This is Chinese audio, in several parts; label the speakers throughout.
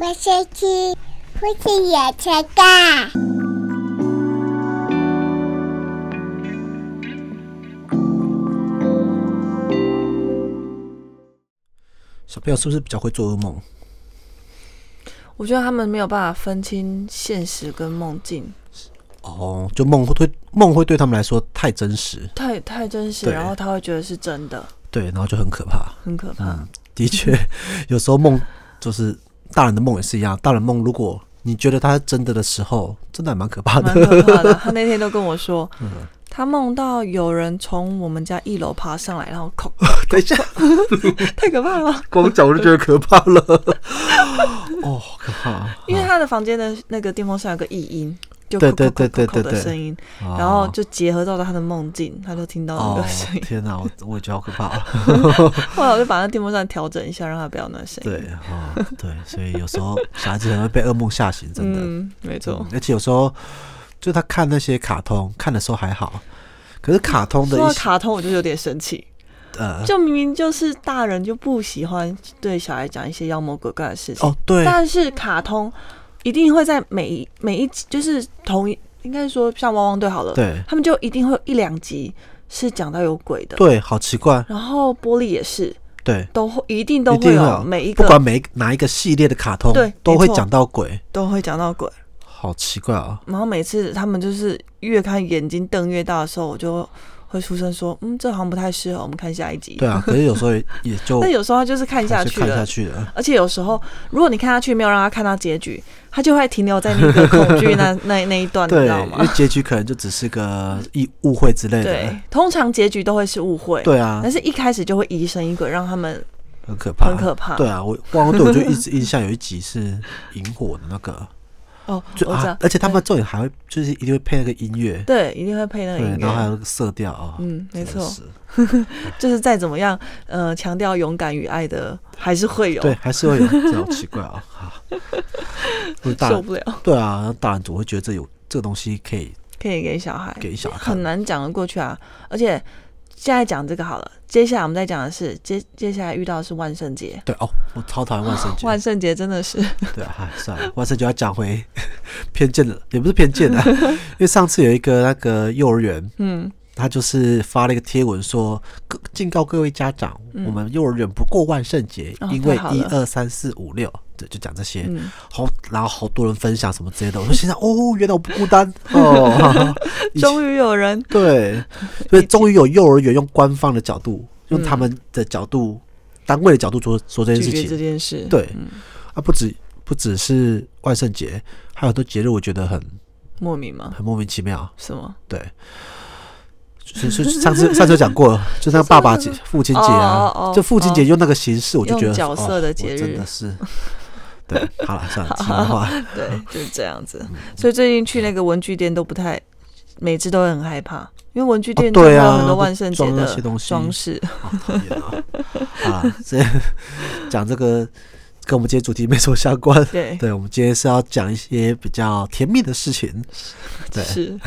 Speaker 1: 我先去，父亲也才干。
Speaker 2: 小朋友是不是比较会做噩梦？
Speaker 3: 我觉得他们没有办法分清现实跟梦境，
Speaker 2: 哦，就梦会对梦会对他们来说太真实，
Speaker 3: 太太真实，
Speaker 2: 对
Speaker 3: 然后他会觉得是真的，
Speaker 2: 对，然后就很可怕。
Speaker 3: 很可怕。
Speaker 2: 的确，
Speaker 3: 嗯
Speaker 2: 有时候梦就是大人的梦也是一样，大人梦如果你觉得它是真的的时候，真的还蛮可怕
Speaker 3: 蛮
Speaker 2: 的。
Speaker 3: 可怕 的。他那天都跟我说，
Speaker 2: 嗯
Speaker 3: 他梦到有人从我们家一楼爬上来，然后恐，
Speaker 2: 等一下，
Speaker 3: 太可怕了吧。
Speaker 2: 光讲我就觉得可怕了。哦，好可怕！
Speaker 3: 因为他的房间的那个电风扇有个异音，就
Speaker 2: 对
Speaker 3: 扣
Speaker 2: 对
Speaker 3: 扣
Speaker 2: 对
Speaker 3: 扣
Speaker 2: 对
Speaker 3: 扣
Speaker 2: 对
Speaker 3: 扣
Speaker 2: 对
Speaker 3: 的声音，
Speaker 2: 哦
Speaker 3: 然后就结合到了他的梦境，他就听到那
Speaker 2: 哦
Speaker 3: 个声音。
Speaker 2: 天哪，我我也觉得好可怕。
Speaker 3: 后来我就把那电风扇调整一下，让他不要那声音。
Speaker 2: 对啊、哦，对，所以有时候小孩子很容易被噩梦吓醒，真的。
Speaker 3: 嗯，没错
Speaker 2: 嗯。而且有时候就他看那些卡通，看的时候还好，可是卡通的
Speaker 3: 说到
Speaker 2: 一些
Speaker 3: 卡通，我就有点生气，
Speaker 2: 呃
Speaker 3: 就明明就是大人就不喜欢对小孩讲一些妖魔鬼怪的事情，
Speaker 2: 哦对
Speaker 3: 但是卡通一定会在每一每一集，就是同一，应该说像汪汪队好了，
Speaker 2: 对
Speaker 3: 他们就一定会有一两集是讲到有鬼的，
Speaker 2: 对，好奇怪，
Speaker 3: 然后玻璃也是，
Speaker 2: 对，
Speaker 3: 都会一定都
Speaker 2: 一
Speaker 3: 会
Speaker 2: 定
Speaker 3: 有
Speaker 2: 有
Speaker 3: 每一
Speaker 2: 不管
Speaker 3: 个
Speaker 2: 每一个哪一个系列的卡通
Speaker 3: 对
Speaker 2: 都
Speaker 3: 没
Speaker 2: 会
Speaker 3: 错
Speaker 2: 讲到鬼，
Speaker 3: 都会讲到鬼，
Speaker 2: 好奇怪哦。
Speaker 3: 然后每次他们就是越看眼睛瞪越大的时候，我就会出声说，嗯，这好像不太适合，我们看下一集。
Speaker 2: 对 啊，可是有时候也也就
Speaker 3: 但有时候他就是看下
Speaker 2: 就
Speaker 3: 去
Speaker 2: 看下
Speaker 3: 了，
Speaker 2: 去了。
Speaker 3: 而且有时候，如果你看下去没有让他看到结局，他就会停留在那个恐惧那那那一段，你
Speaker 2: 对，
Speaker 3: 知道
Speaker 2: 因为
Speaker 3: 吗？
Speaker 2: 结局可能就只是个一误会之类的
Speaker 3: 对，，通常结局都会是误会，
Speaker 2: 对啊
Speaker 3: 但，是一开始就会疑神疑鬼，让他们
Speaker 2: 很可怕，
Speaker 3: 很可怕。
Speaker 2: 对啊，我汪汪队我就一直 印象有一集是萤火的那个，
Speaker 3: 哦，
Speaker 2: 就
Speaker 3: 我知
Speaker 2: 啊
Speaker 3: 道，，
Speaker 2: 而且他们重点还会就是一定会配那个音乐，
Speaker 3: 对，一定会配那个
Speaker 2: 对，
Speaker 3: 音
Speaker 2: 然后还
Speaker 3: 乐。
Speaker 2: 有那个色调啊，
Speaker 3: 嗯，没
Speaker 2: 真的
Speaker 3: 错，
Speaker 2: 是
Speaker 3: 就是再怎么样，呃，强调勇敢与爱的，还是会有
Speaker 2: 对，还是会有 这种奇怪啊， 啊不是大
Speaker 3: 受
Speaker 2: 人
Speaker 3: 不了，
Speaker 2: 对啊，大人总会觉得这有这个东西可以
Speaker 3: 可以给小孩，
Speaker 2: 给小孩看
Speaker 3: 很，难讲得过去啊。而且现在讲这个好了，接下来我们再讲的是接接下来遇到的是万圣节，
Speaker 2: 对哦，我超讨厌万圣节，
Speaker 3: 万圣节真的是
Speaker 2: 对啊，哎算了，万圣节要讲回 偏见的，也不是偏 见啊，因为上次有一个那个幼儿园，
Speaker 3: 嗯，
Speaker 2: 他就是发了一个贴文说，各敬告各位家长，我们幼儿园不过万圣节，
Speaker 3: 嗯哦
Speaker 2: 因
Speaker 3: 太
Speaker 2: 为
Speaker 3: 好
Speaker 2: 一
Speaker 3: 了
Speaker 2: 二三四五六，对，就讲这些，
Speaker 3: 嗯
Speaker 2: 好，然后好多人分享什么之类的，我就心想， 哦，原来我不孤单哦， 以前
Speaker 3: 终于有人
Speaker 2: 对，所 以终于有幼儿园用官方的角度，用他们的角度、单位的角度说说这件
Speaker 3: 拒
Speaker 2: 事
Speaker 3: 绝这
Speaker 2: 情。
Speaker 3: 件事。
Speaker 2: 对
Speaker 3: 嗯
Speaker 2: 啊，不止不只是万圣节，还有很多节日，我觉得很
Speaker 3: 莫名吗？
Speaker 2: 很莫名其妙。
Speaker 3: 什么？
Speaker 2: 对，是是上 次上次有讲过了，就像爸爸节、父亲节
Speaker 3: 哦哦
Speaker 2: 啊
Speaker 3: 哦，
Speaker 2: 就父亲节用那个形式，我就觉得
Speaker 3: 用角色的
Speaker 2: 哦
Speaker 3: 节
Speaker 2: 我
Speaker 3: 日
Speaker 2: 真的是。对，好了，算了，题外 话。
Speaker 3: 哦对，就是这样子。
Speaker 2: 嗯
Speaker 3: 所以最近去那个文具店都不太，每次都会很害怕，因为文具店
Speaker 2: 哦
Speaker 3: 都会
Speaker 2: 对啊
Speaker 3: 有很多万圣节
Speaker 2: 装那
Speaker 3: 的
Speaker 2: 些东西
Speaker 3: 装饰。
Speaker 2: 好讨厌啊！啊，这讲这个跟我们今天主题没什么相 关。
Speaker 3: 对
Speaker 2: 对，我们今天是要讲一些比较甜蜜的事情。对
Speaker 3: 是，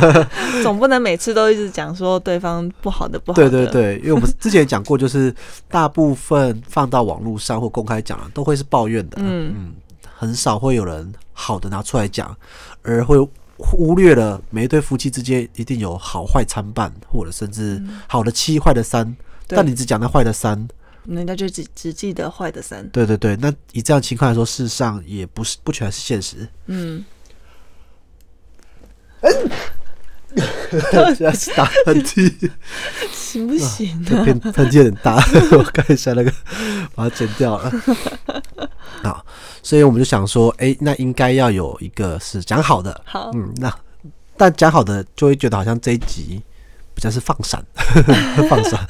Speaker 3: 总不能每次都一直讲说对方不好的不好
Speaker 2: 对
Speaker 3: 的。
Speaker 2: 对对，因为我们之前也讲过，就是大部分放到网络上或公开讲的，都会是抱怨的。
Speaker 3: 嗯
Speaker 2: 很少会有人好的拿出来讲，而会忽略了每一对夫妻之间一定有好坏参半，或者甚至好的七，坏的三。
Speaker 3: 嗯对
Speaker 2: 但你只讲到坏的三，
Speaker 3: 人家就只只记得坏的三。
Speaker 2: 对对对，那以这样情况来说，事实上也不是不全是现实。
Speaker 3: 嗯，
Speaker 2: 现在是打喷嚏，
Speaker 3: 行不行
Speaker 2: 这
Speaker 3: 啊？
Speaker 2: 边喷嚏有点大， 我看一下那个，把它剪掉了。好，所以我们就想说，哎、那应该要有一个是讲好的，
Speaker 3: 好，
Speaker 2: 嗯，那但讲好的就会觉得好像这一集比较是放闪， 放闪，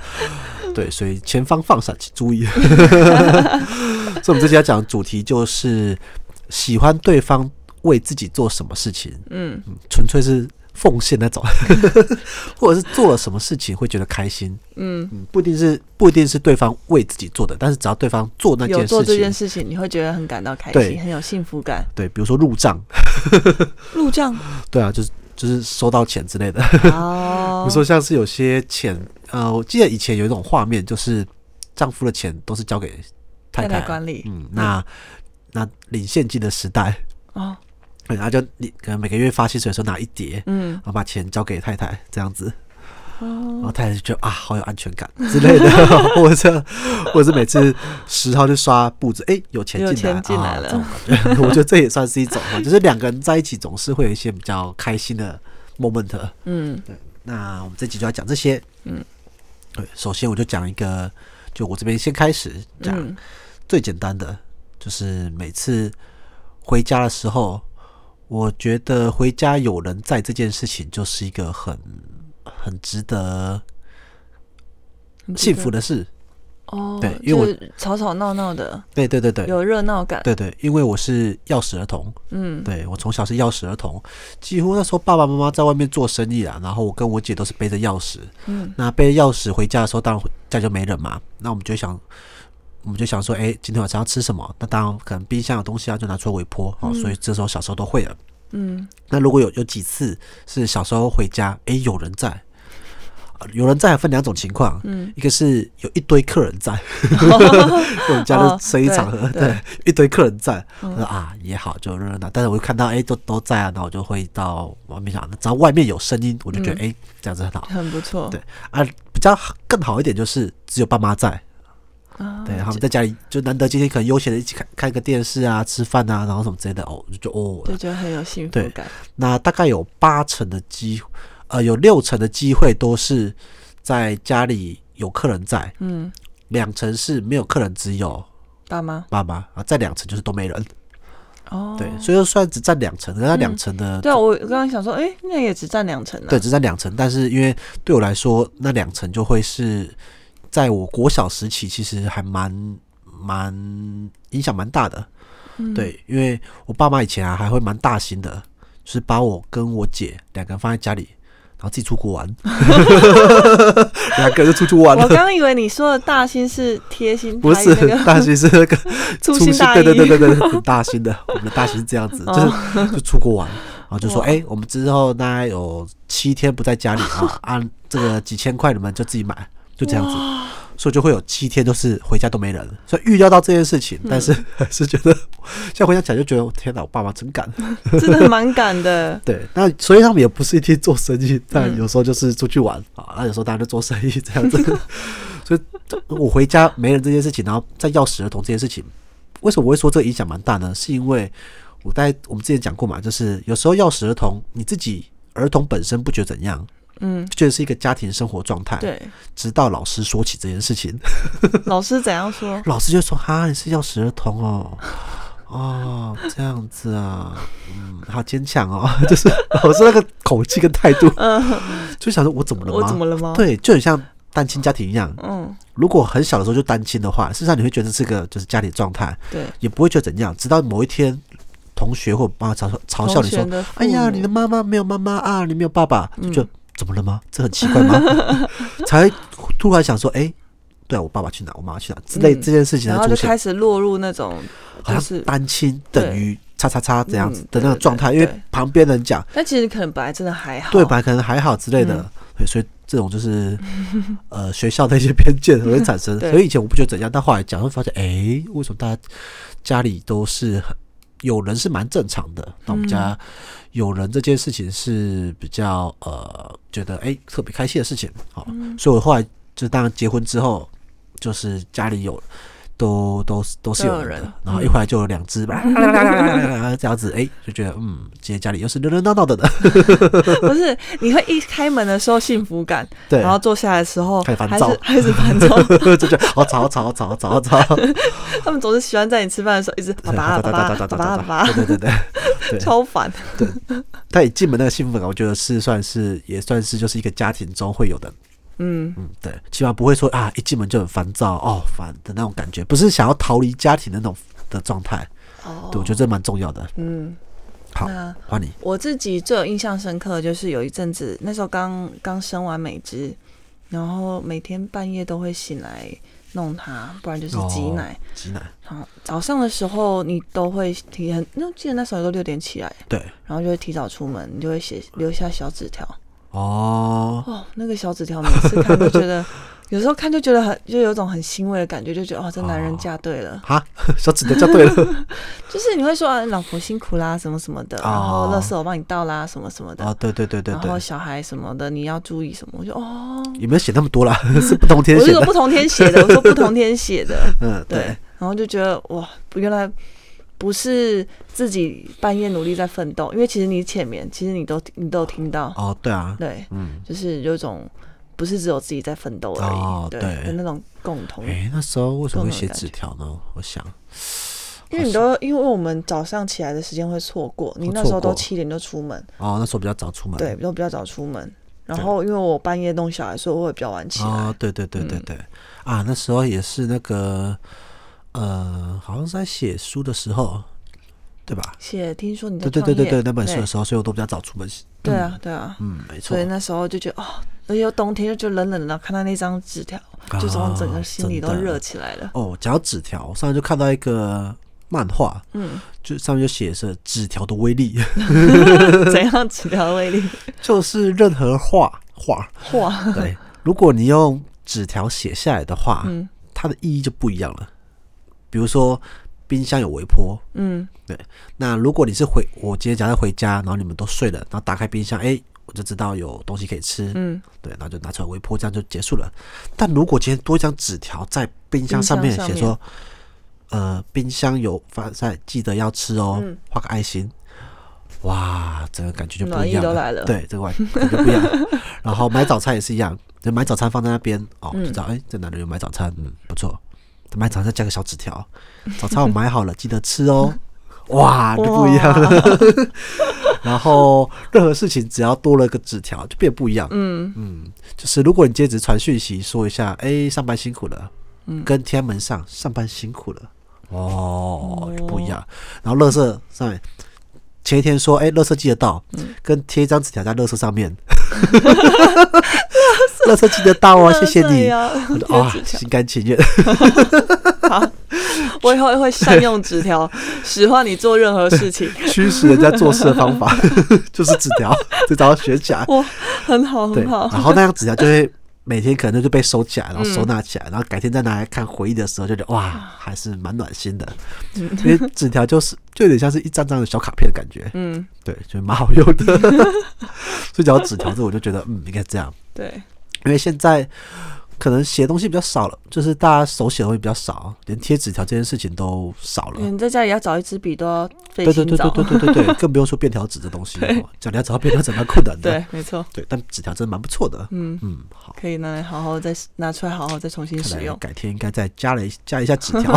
Speaker 2: 对，所以前方放闪，请注意。所以我们这期要讲的主题就是喜欢对方为自己做什么事情，
Speaker 3: 嗯，
Speaker 2: 纯粹是奉献那种， 或者是做了什么事情会觉得开心，
Speaker 3: 嗯，
Speaker 2: 不一定是不一定是对方为自己做的，但是只要对方做那件
Speaker 3: 有
Speaker 2: 事情，
Speaker 3: 做这件事情，你会觉得很感到开
Speaker 2: 对
Speaker 3: 心，很有幸福感。
Speaker 2: 对，比如说入账，
Speaker 3: 入账
Speaker 2: 对啊，就是就是收到钱之类的。
Speaker 3: 哦
Speaker 2: 比如，说像是有些钱，呃，我记得以前有一种画面，就是丈夫的钱都是交给太
Speaker 3: 太
Speaker 2: 太
Speaker 3: 太管理，
Speaker 2: 嗯，那那领现金的时代，
Speaker 3: 哦，
Speaker 2: 然后就你可能每个月发薪水的时候拿一叠，
Speaker 3: 嗯
Speaker 2: 然，后把钱交给太太这样子，然
Speaker 3: 哦，
Speaker 2: 后太太就觉得啊好有安全感之类的， 或者或者是每次十号就刷步子，哎、有钱
Speaker 3: 有
Speaker 2: 进来
Speaker 3: 钱进来
Speaker 2: 啊，这种感觉， 我觉得这也算是一种嘛，就是两个人在一起总是会有一些比较开心的 moment。
Speaker 3: 嗯，
Speaker 2: 那我们这集就要讲这些，
Speaker 3: 嗯，
Speaker 2: 对，首先我就讲一个，就我这边先开始讲、
Speaker 3: 嗯，
Speaker 2: 最简单的，就是每次回家的时候，我觉得回家有人在这件事情就是一个很很值得
Speaker 3: 很值
Speaker 2: 幸
Speaker 3: 得
Speaker 2: 福的事。
Speaker 3: 嗯哦，
Speaker 2: 对因为我
Speaker 3: 就是吵吵闹闹的，
Speaker 2: 对对对对，
Speaker 3: 有热闹感，
Speaker 2: 对对，因为我是钥匙儿童，
Speaker 3: 嗯，
Speaker 2: 对我从小是钥匙儿童，几乎那时候爸爸妈妈在外面做生意啊，然后我跟我姐都是背着钥匙，
Speaker 3: 嗯，
Speaker 2: 那背着钥匙回家的时候，当然回家就没人嘛，那我们就想，我们就想说，哎、今天晚上要吃什么？那当然可能冰箱的东西啊，就拿出来微波，哦，所以这时候小时候都会了。
Speaker 3: 嗯，
Speaker 2: 那如果有有几次是小时候回家，哎、有人在。啊有人在还分两种情况，
Speaker 3: 嗯，
Speaker 2: 一个是有一堆客人在， 我们家
Speaker 3: 哦
Speaker 2: 的生意
Speaker 3: 对
Speaker 2: 场合，
Speaker 3: 对嗯
Speaker 2: 对，一堆客人在，我说啊也好，就热热闹。但是我就看到哎、都都在啊，那我就会到外面想，只要外面有声音，我就觉得
Speaker 3: 嗯
Speaker 2: 哎、这样子很好。
Speaker 3: 很不错，
Speaker 2: 对啊，比较更好一点就是只有爸妈在，
Speaker 3: 啊，
Speaker 2: 对，他们在家里就难得今天可能悠闲的一起看看个电视啊、吃饭啊，然后什么之类的哦，就哦，
Speaker 3: 就觉得很有幸福
Speaker 2: 对
Speaker 3: 感，
Speaker 2: 那大概有八成的机，呃，有六成的机会都是在家里有客人在，
Speaker 3: 嗯，
Speaker 2: 两成是没有客人，只有
Speaker 3: 爸妈，
Speaker 2: 爸妈啊，再两成就是都没人。
Speaker 3: 哦，
Speaker 2: 对，所以就算只占两成，那两成的、
Speaker 3: 对啊，我刚刚想说，哎，那也只占两成啊，
Speaker 2: 对，只占两成，但是因为对我来说，那两成就会是在我国小时期，其实还蛮蛮影响蛮大的。
Speaker 3: 嗯，
Speaker 2: 对， 因为我爸妈以前啊还会蛮大型的，就是把我跟我姐两个人放在家里，然后自己出国 玩，两个人就出去玩
Speaker 3: 我刚
Speaker 2: 了。
Speaker 3: 刚以为你说的大心是贴心，
Speaker 2: 不是
Speaker 3: 大意那个
Speaker 2: 大型是那个
Speaker 3: 粗
Speaker 2: 出
Speaker 3: 心大
Speaker 2: 对
Speaker 3: 意，哦
Speaker 2: 对对对对，很大型的。我们的大型是这样子，就是就出 国玩，然后就说，
Speaker 3: 哇
Speaker 2: 哎、我们之后大概有七天不在家里啊，按这个几千块你们就自己买，就这样子，所以就会有七天都是回家都没人，所以预料到这件事情，
Speaker 3: 嗯
Speaker 2: 但是 还是觉得现在回想起来就觉得，天哪，我爸妈真敢。，
Speaker 3: 真的蛮敢的
Speaker 2: 对，那所以他们也不是一天做生意，但
Speaker 3: 嗯
Speaker 2: 有时候就是出去玩、啊，那有时候大家就做生意这样子。所以我回家没人这件事情，然后在钥匙儿童这件事情，为什么我会说这个影响蛮大呢？是因为我在我们之前讲过嘛，就是有时候钥匙儿童你自己儿童本身不觉得怎样，
Speaker 3: 嗯，
Speaker 2: 觉得是一个家庭生活状态，
Speaker 3: 对，
Speaker 2: 直到老师说起这件事情，
Speaker 3: 老师怎样说？
Speaker 2: 老师就说：“哈，你是钥匙儿童哦， 哦，这样子啊，嗯，好坚强哦。” 就是老师那个口气跟态度，就想说我怎么了吗？
Speaker 3: 嗯我怎么了吗？，
Speaker 2: 对，就很像单亲家庭一样。
Speaker 3: 嗯，
Speaker 2: 如果很小的时候就单亲的话，事实上你会觉得这个就是家里状态，
Speaker 3: 对，
Speaker 2: 也不会觉得怎样。直到某一天，同学或妈妈嘲嘲笑你说
Speaker 3: 同学的：“父
Speaker 2: 哎呀，
Speaker 3: 母嗯
Speaker 2: 你的妈妈没有妈妈啊，你没有爸爸。”就觉得怎么了吗？这很奇怪吗？ 才会突然想说：“哎、对啊，我爸爸去哪？我妈妈去哪？”之类
Speaker 3: 嗯
Speaker 2: 这件事情
Speaker 3: 然
Speaker 2: 才
Speaker 3: 后
Speaker 2: 出
Speaker 3: 就
Speaker 2: 现。
Speaker 3: 开始落入那种，
Speaker 2: 好
Speaker 3: 就
Speaker 2: 像
Speaker 3: 是，
Speaker 2: 单亲等于叉叉叉这样子
Speaker 3: 嗯
Speaker 2: 的那种
Speaker 3: 对
Speaker 2: 状态，
Speaker 3: 对
Speaker 2: 因为
Speaker 3: 对
Speaker 2: 旁边人讲
Speaker 3: 但其实可能本来真的还好，
Speaker 2: 对吧，可能还好之类的
Speaker 3: 嗯，
Speaker 2: 对所以这种就是 呃学校的一些偏见会产生。
Speaker 3: 对
Speaker 2: 所以以前我不觉得怎样，但后来讲会发现，哎，为什么大家家里都是很有人是蛮正常的，那我
Speaker 3: 嗯
Speaker 2: 们家有人这件事情是比较呃觉得哎特别开心的事情，好，
Speaker 3: 嗯
Speaker 2: 所以我后来就当然结婚之后，就是家里有。都都都是有
Speaker 3: 都有
Speaker 2: 人的
Speaker 3: 人，
Speaker 2: 然后一回来就有两 只，这样子，哎，就觉得嗯，今天家里又是热热闹闹的了，
Speaker 3: 不是，你会一开门的时候幸福感，
Speaker 2: 对，
Speaker 3: 然后坐下来的时候
Speaker 2: 开始烦
Speaker 3: 还是
Speaker 2: 躁
Speaker 3: 还是烦躁。
Speaker 2: 就觉得 好吵好吵好吵好吵好吵，
Speaker 3: 他们总是喜欢在你吃饭的时候一直 爸爸爸爸爸爸爸爸，
Speaker 2: 对对对对对。
Speaker 3: 超烦。
Speaker 2: 但一进门那个兴奋感，我觉得是算是也算是就是一个家庭中会有的，
Speaker 3: 嗯，
Speaker 2: 嗯，对，起码不会说啊一进门就很烦躁哦烦的那种感觉，不是想要逃离家庭的那种的状态，
Speaker 3: 哦
Speaker 2: 对我觉得这蛮重要的。
Speaker 3: 嗯，
Speaker 2: 好，
Speaker 3: 那
Speaker 2: 换你，
Speaker 3: 我自己最有印象深刻的就是有一阵子，那时候刚刚生完美芝，然后每天半夜都会醒来弄它，不然就是挤
Speaker 2: 哦
Speaker 3: 奶。
Speaker 2: 吉奶，
Speaker 3: 然后早上的时候你都会提很，那记得那时候都六点起来，
Speaker 2: 对，
Speaker 3: 然后就会提早出门，你就会写留下小纸条。
Speaker 2: 哦，
Speaker 3: 哦，那个小纸条每次看都觉得有时候看就觉得很，就有一种很欣慰的感觉，就觉得哦，这男人嫁对了。
Speaker 2: 哈， 小指头叫对 了
Speaker 3: 就是你会说、啊、老婆辛苦啦，什么什么的，然后垃圾我帮你倒啦，什么什么的，
Speaker 2: 啊！对对哦对对
Speaker 3: 然后
Speaker 2: 对，
Speaker 3: 小孩什么的你要注意什么。我就哦，
Speaker 2: 也没有写那么多啦， 是不同天
Speaker 3: 我
Speaker 2: 写
Speaker 3: 是说
Speaker 2: 的
Speaker 3: 不。同天写的，我说不同天写的，
Speaker 2: 嗯，
Speaker 3: 对，
Speaker 2: 对，
Speaker 3: 然后就觉得哇，原来不是自己半夜努力在奋斗，因为其实你前面其实你都你都有听到，
Speaker 2: 哦，对啊，
Speaker 3: 对，
Speaker 2: 嗯，
Speaker 3: 就是有一种不是只有自己在奋斗而已，
Speaker 2: 哦
Speaker 3: 对
Speaker 2: 对
Speaker 3: 的那种共同，
Speaker 2: 诶，那时候为什么会
Speaker 3: 这种
Speaker 2: 写
Speaker 3: 感
Speaker 2: 纸
Speaker 3: 觉
Speaker 2: 条呢？我想，
Speaker 3: 因为你都因为我们早上起来的时间会错过，你那时候
Speaker 2: 错
Speaker 3: 都
Speaker 2: 过
Speaker 3: 七点就出门，
Speaker 2: 哦，那时候比较早出门，
Speaker 3: 对，都比较早出门。然后因为我半夜弄小孩，所以我会比较晚起来。嗯
Speaker 2: 哦，对对对对对，啊，那时候也是那个，呃，好像是在写书的时候，对吧？
Speaker 3: 且听说你
Speaker 2: 对
Speaker 3: 在
Speaker 2: 对
Speaker 3: 创业
Speaker 2: 对对对，那本书的时候，所以我都比较早出门。
Speaker 3: 对啊对啊，
Speaker 2: 嗯，没错
Speaker 3: 所以，那时候就觉得哦，而且又冬天就觉得冷冷的，看到那张纸条，就从整个心里都
Speaker 2: 啊真的
Speaker 3: 热 起来了。
Speaker 2: 哦，讲到纸条，我上次就看到一个漫画，
Speaker 3: 嗯，
Speaker 2: 就上面就写着纸条的威力，
Speaker 3: 怎样纸条的威力？
Speaker 2: 就是任何画画，
Speaker 3: 哇，
Speaker 2: 对，如果你用纸条写下来的话，
Speaker 3: 嗯
Speaker 2: 它的意义就不一样了。比如说冰箱有微波，
Speaker 3: 嗯，
Speaker 2: 那如果你是回我今天假设回家，然后你们都睡了，然后打开冰箱，哎、我就知道有东西可以吃，
Speaker 3: 嗯，
Speaker 2: 对，然后就拿出来微波，这样就结束了。但如果今天多一张纸条在冰箱上面
Speaker 3: 冰箱
Speaker 2: 写
Speaker 3: 上
Speaker 2: 说，呃，冰箱有发在，记得要吃哦，
Speaker 3: 嗯
Speaker 2: 画个爱心。哇，整个感觉就不
Speaker 3: 暖
Speaker 2: 一
Speaker 3: 意
Speaker 2: 样
Speaker 3: 都
Speaker 2: 了。
Speaker 3: 来了
Speaker 2: 对，这个感感觉不一 样。然后买早餐也是一样，就买早餐放在那边哦，
Speaker 3: 嗯
Speaker 2: 就知道哎、这男人有买早餐，嗯，不错。买早餐再加个小纸条，早餐我买好了，记得吃哦。 哇，就不一样了。 然后任何事情只要多了个纸条，就变不一样。
Speaker 3: 嗯
Speaker 2: 嗯，就是如果你今天只是传讯息说一下，哎、上班辛苦了，
Speaker 3: 嗯
Speaker 2: 跟天安门上上班辛苦了，哦，就不一样。然后垃圾上面。前一天说，哎、垃圾记得到，
Speaker 3: 嗯
Speaker 2: 跟贴一张纸条在垃圾上 面，垃圾记得到哦，谢 谢你，我就啊
Speaker 3: 啊贴，纸条
Speaker 2: 心甘情愿，
Speaker 3: 我以后会善用纸 条，使唤你做任何事情。
Speaker 2: 驱使人家做事的方法 就是纸条，这招要学起来。
Speaker 3: 哇，很好，
Speaker 2: 对，
Speaker 3: 很好。嗯
Speaker 2: 然后那张纸条就会每天可能就被收起来，然后收纳起来，然后改天再拿来看回忆的时候，就觉得哇，还是蛮暖心的。因为纸条就是就有点像是一张张的小卡片的感觉，
Speaker 3: 嗯，
Speaker 2: 对，就蛮好用的。 所以讲到纸条这，我就觉得嗯，应该这样，
Speaker 3: 对，
Speaker 2: 因为现在。可能写东西比较少了，就是大家手写的东西比较少，连贴纸条这件事情都少了。
Speaker 3: 因为你在家里要找一支笔都要费
Speaker 2: 对对
Speaker 3: 心
Speaker 2: 对
Speaker 3: 找
Speaker 2: 对。对对对对，更不用说便条纸这东西，哦讲你要找到便条纸蛮困难的。
Speaker 3: 对，没错，
Speaker 2: 对，但纸条真的蛮不错的。
Speaker 3: 嗯，
Speaker 2: 嗯，好，
Speaker 3: 可以拿来好好再拿出来，好好再重新使
Speaker 2: 看来
Speaker 3: 用，
Speaker 2: 改天应该再加了一加一下纸 条，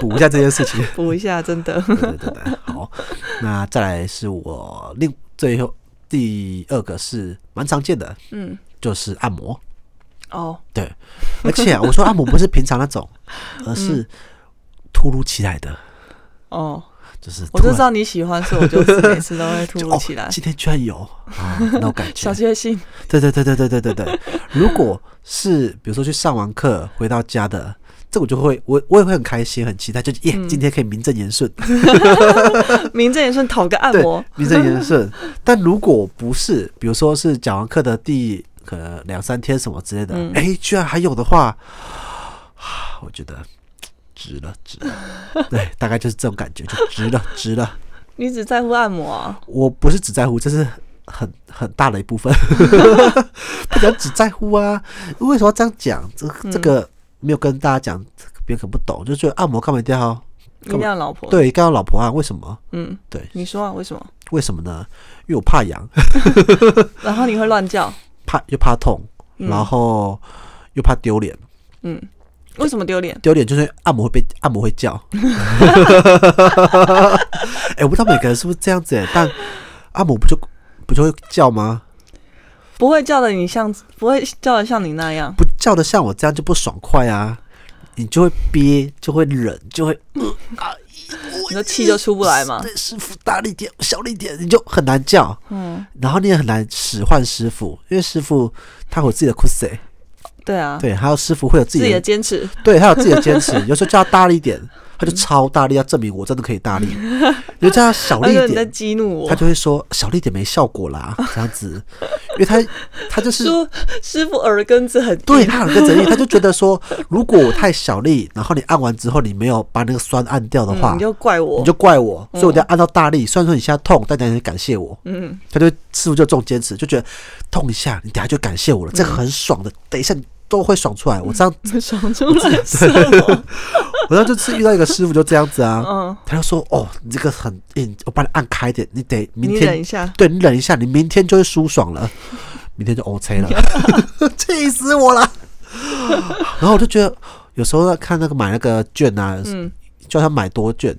Speaker 2: 补一下这件事情。
Speaker 3: 补一下，真的。
Speaker 2: 对对对对，好，那再来是我另最后第二个是蛮常见的，
Speaker 3: 嗯，
Speaker 2: 就是按摩。
Speaker 3: 哦，
Speaker 2: 对， 而且啊、我说按摩不是平常那 种，而
Speaker 3: 嗯
Speaker 2: 是突如其来的，
Speaker 3: 哦，
Speaker 2: 就是
Speaker 3: 我就
Speaker 2: 突然
Speaker 3: 知道你喜欢，所以我就每次都会突
Speaker 2: 就
Speaker 3: 如其
Speaker 2: 哦
Speaker 3: 来，
Speaker 2: 今天居然有啊那种感觉
Speaker 3: 小。确幸。
Speaker 2: 对对对对对对对对。如果是比如说去上完课回到家的，这我就会我我也会很开心，很期待，就耶，
Speaker 3: 嗯
Speaker 2: 今天可以名正言顺，
Speaker 3: 名正言顺讨个按
Speaker 2: 对
Speaker 3: 摩，，
Speaker 2: 名正言顺。 但如果不是，比如说是讲完课的第可能两三天什么之类的，
Speaker 3: 嗯
Speaker 2: 哎、居然还有的话， 啊我觉得。值了，值 了，对，大概就是这种感觉，就值了， 值了。
Speaker 3: 你只在乎按摩啊？
Speaker 2: 我不是只在乎，这是很很大的一 部分。不讲只在乎啊，为什么要这样讲？这
Speaker 3: 嗯
Speaker 2: 这个没有跟大家讲，别人可能不懂，就觉得按摩干嘛一定要
Speaker 3: 一定要老婆？，
Speaker 2: 对，一定要老婆啊？为什么？
Speaker 3: 嗯，
Speaker 2: 对，
Speaker 3: 你说啊，为什么？
Speaker 2: 为什么呢？因为我怕痒，
Speaker 3: 然后你会乱叫，
Speaker 2: 怕又怕痛，然后又怕丢脸。
Speaker 3: 嗯，为什么丢脸？
Speaker 2: 丢脸就是按摩会被按摩会 叫。哎、我不知道每个人是不是这样子、欸，但按摩不就不就会叫吗？
Speaker 3: 不会叫的你像，不会叫的像你那样，
Speaker 2: 不叫的像我这样就不爽快啊，你就会憋，就会忍，就会哎
Speaker 3: 你的气就出不来嘛。
Speaker 2: 对师傅大力点，小力点，你就很难叫，
Speaker 3: 嗯，
Speaker 2: 然后你也很难使唤师傅，因为师傅他有自己的 c 塞，
Speaker 3: 对啊，
Speaker 2: 对，还有师傅会有自
Speaker 3: 自
Speaker 2: 己
Speaker 3: 己
Speaker 2: 的
Speaker 3: 的坚持，
Speaker 2: 对，他有自己的坚持，有时候叫他大力点，他就超大力要证明我真的可以 大力，你就叫他小
Speaker 3: 他
Speaker 2: 力
Speaker 3: 说
Speaker 2: 一
Speaker 3: 哦你在
Speaker 2: 点，
Speaker 3: 激怒我
Speaker 2: 他，就会说小力一点没效果啦，这样子，因为他他就是
Speaker 3: 说师傅耳根子很硬
Speaker 2: 对他很跟着力，他就觉得说，如果我太小力，然后你按完之后你没有把那个酸按掉的话，
Speaker 3: 嗯你就怪我，
Speaker 2: 你就怪我，所以我就要按到大力。虽然说你现在痛，但等下你感谢我。
Speaker 3: 嗯，
Speaker 2: 他就师傅就这种坚持，就觉得痛一下，你等下就感谢我了，这个很爽的，等一下你都会爽出来。
Speaker 3: 嗯
Speaker 2: 我这样，
Speaker 3: 爽出来什么？
Speaker 2: 我那就是遇到一个师傅就这样子啊，
Speaker 3: 嗯，
Speaker 2: 他就说哦，你这个很硬，我帮你按开一点，你得明
Speaker 3: 你
Speaker 2: 天
Speaker 3: 忍一下，
Speaker 2: 对你忍一下，你明天就会舒爽了， 明天就 OK 了，气死我了。然后我就觉得，有时候看那个买那个券啊，
Speaker 3: 嗯
Speaker 2: 叫他买多券，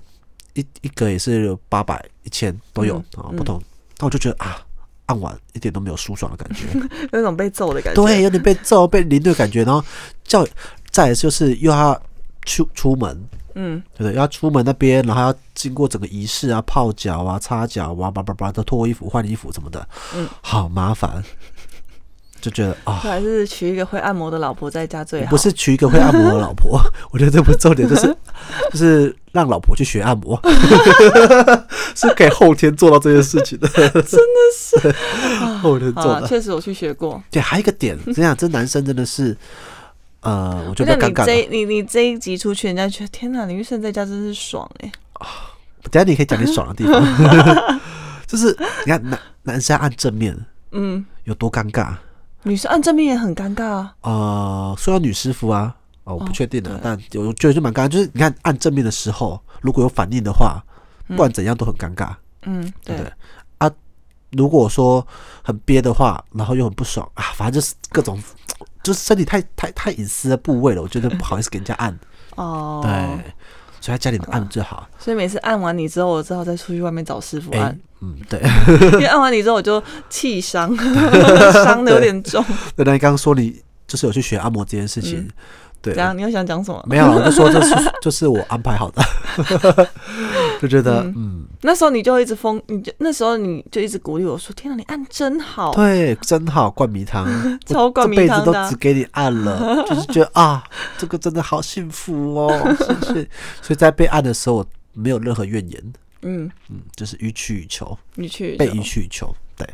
Speaker 2: 一一个也是八百、一千都有啊、
Speaker 3: 嗯
Speaker 2: 不同。那我就觉得啊，按完一点都没有舒爽的感觉，
Speaker 3: 有一种被揍的感觉。
Speaker 2: 对，，有点被揍、被凌虐的感觉。然后叫，再来就是又要出出门，
Speaker 3: 嗯，
Speaker 2: 对不对？要出门那边，然后要经过整个仪式啊，泡脚啊、擦脚啊，叭叭叭的脱衣服、换衣服什么的，
Speaker 3: 嗯，
Speaker 2: 好麻烦，就觉得啊。
Speaker 3: 还是娶一个会按摩的老婆在家最
Speaker 2: 我
Speaker 3: 好。
Speaker 2: 不是娶一个会按摩的老 婆，我觉得这不是重点，就是就是让老婆去学按摩， 是可以后天做到这件事情的，真的是 后天做
Speaker 3: 啊，
Speaker 2: 的。
Speaker 3: 确实我去学过。
Speaker 2: 对，还有一个点，这样这男生真的是，呃，我觉得
Speaker 3: 那
Speaker 2: 比较
Speaker 3: 你
Speaker 2: 尴尬
Speaker 3: 这
Speaker 2: 了。
Speaker 3: 一你你这一集出去，人家觉得天哪，李玉胜在家真是爽哎、
Speaker 2: 等一下你可以讲你爽的地方， 就是你看男男生按正面
Speaker 3: 嗯，
Speaker 2: 有多尴尬。
Speaker 3: 女生按正面也很尴尬啊。
Speaker 2: 呃，说到女师傅啊，哦，我不
Speaker 3: 哦
Speaker 2: 确定的、
Speaker 3: 对
Speaker 2: 但我觉得就蛮尴尬。就是你看按正面的时候，如果有反应的话，不管怎样都很尴尬，
Speaker 3: 嗯，
Speaker 2: 对
Speaker 3: 对
Speaker 2: 不对？啊，如果说很憋的话，然后又很不爽啊，反正就是各种，就是身体太太太隐私的部位了，我觉得不好意思给人家 按，
Speaker 3: 哦，嗯
Speaker 2: 对，所以在家里按最好。
Speaker 3: 所以每次按完你之后，我只好再出去外面找师傅
Speaker 2: 哎、
Speaker 3: 按，
Speaker 2: 嗯，对。
Speaker 3: 因为按完你之后我就气伤，伤的有点重。
Speaker 2: 对，那你刚刚说你就是有去学按摩这件事情，对
Speaker 3: 嗯怎，样？你又想讲什么？
Speaker 2: 没有，啊我就说这是 就是我安排好的， 就觉得嗯
Speaker 3: 那时候你就一直疯，你就那时候你就一直鼓励我说：“天哪，你按真好。，
Speaker 2: 对，真好，灌米汤
Speaker 3: 哦 超灌
Speaker 2: 我
Speaker 3: 米
Speaker 2: 这辈
Speaker 3: 汤
Speaker 2: 子都
Speaker 3: 的啊
Speaker 2: 只给你按 了，就是觉得啊，这个真的好幸福哦，是不是？所以在被按的时候，我没有任何怨言，”
Speaker 3: 嗯，
Speaker 2: 嗯，就是予取予求，
Speaker 3: 你去
Speaker 2: 被予取予求，对，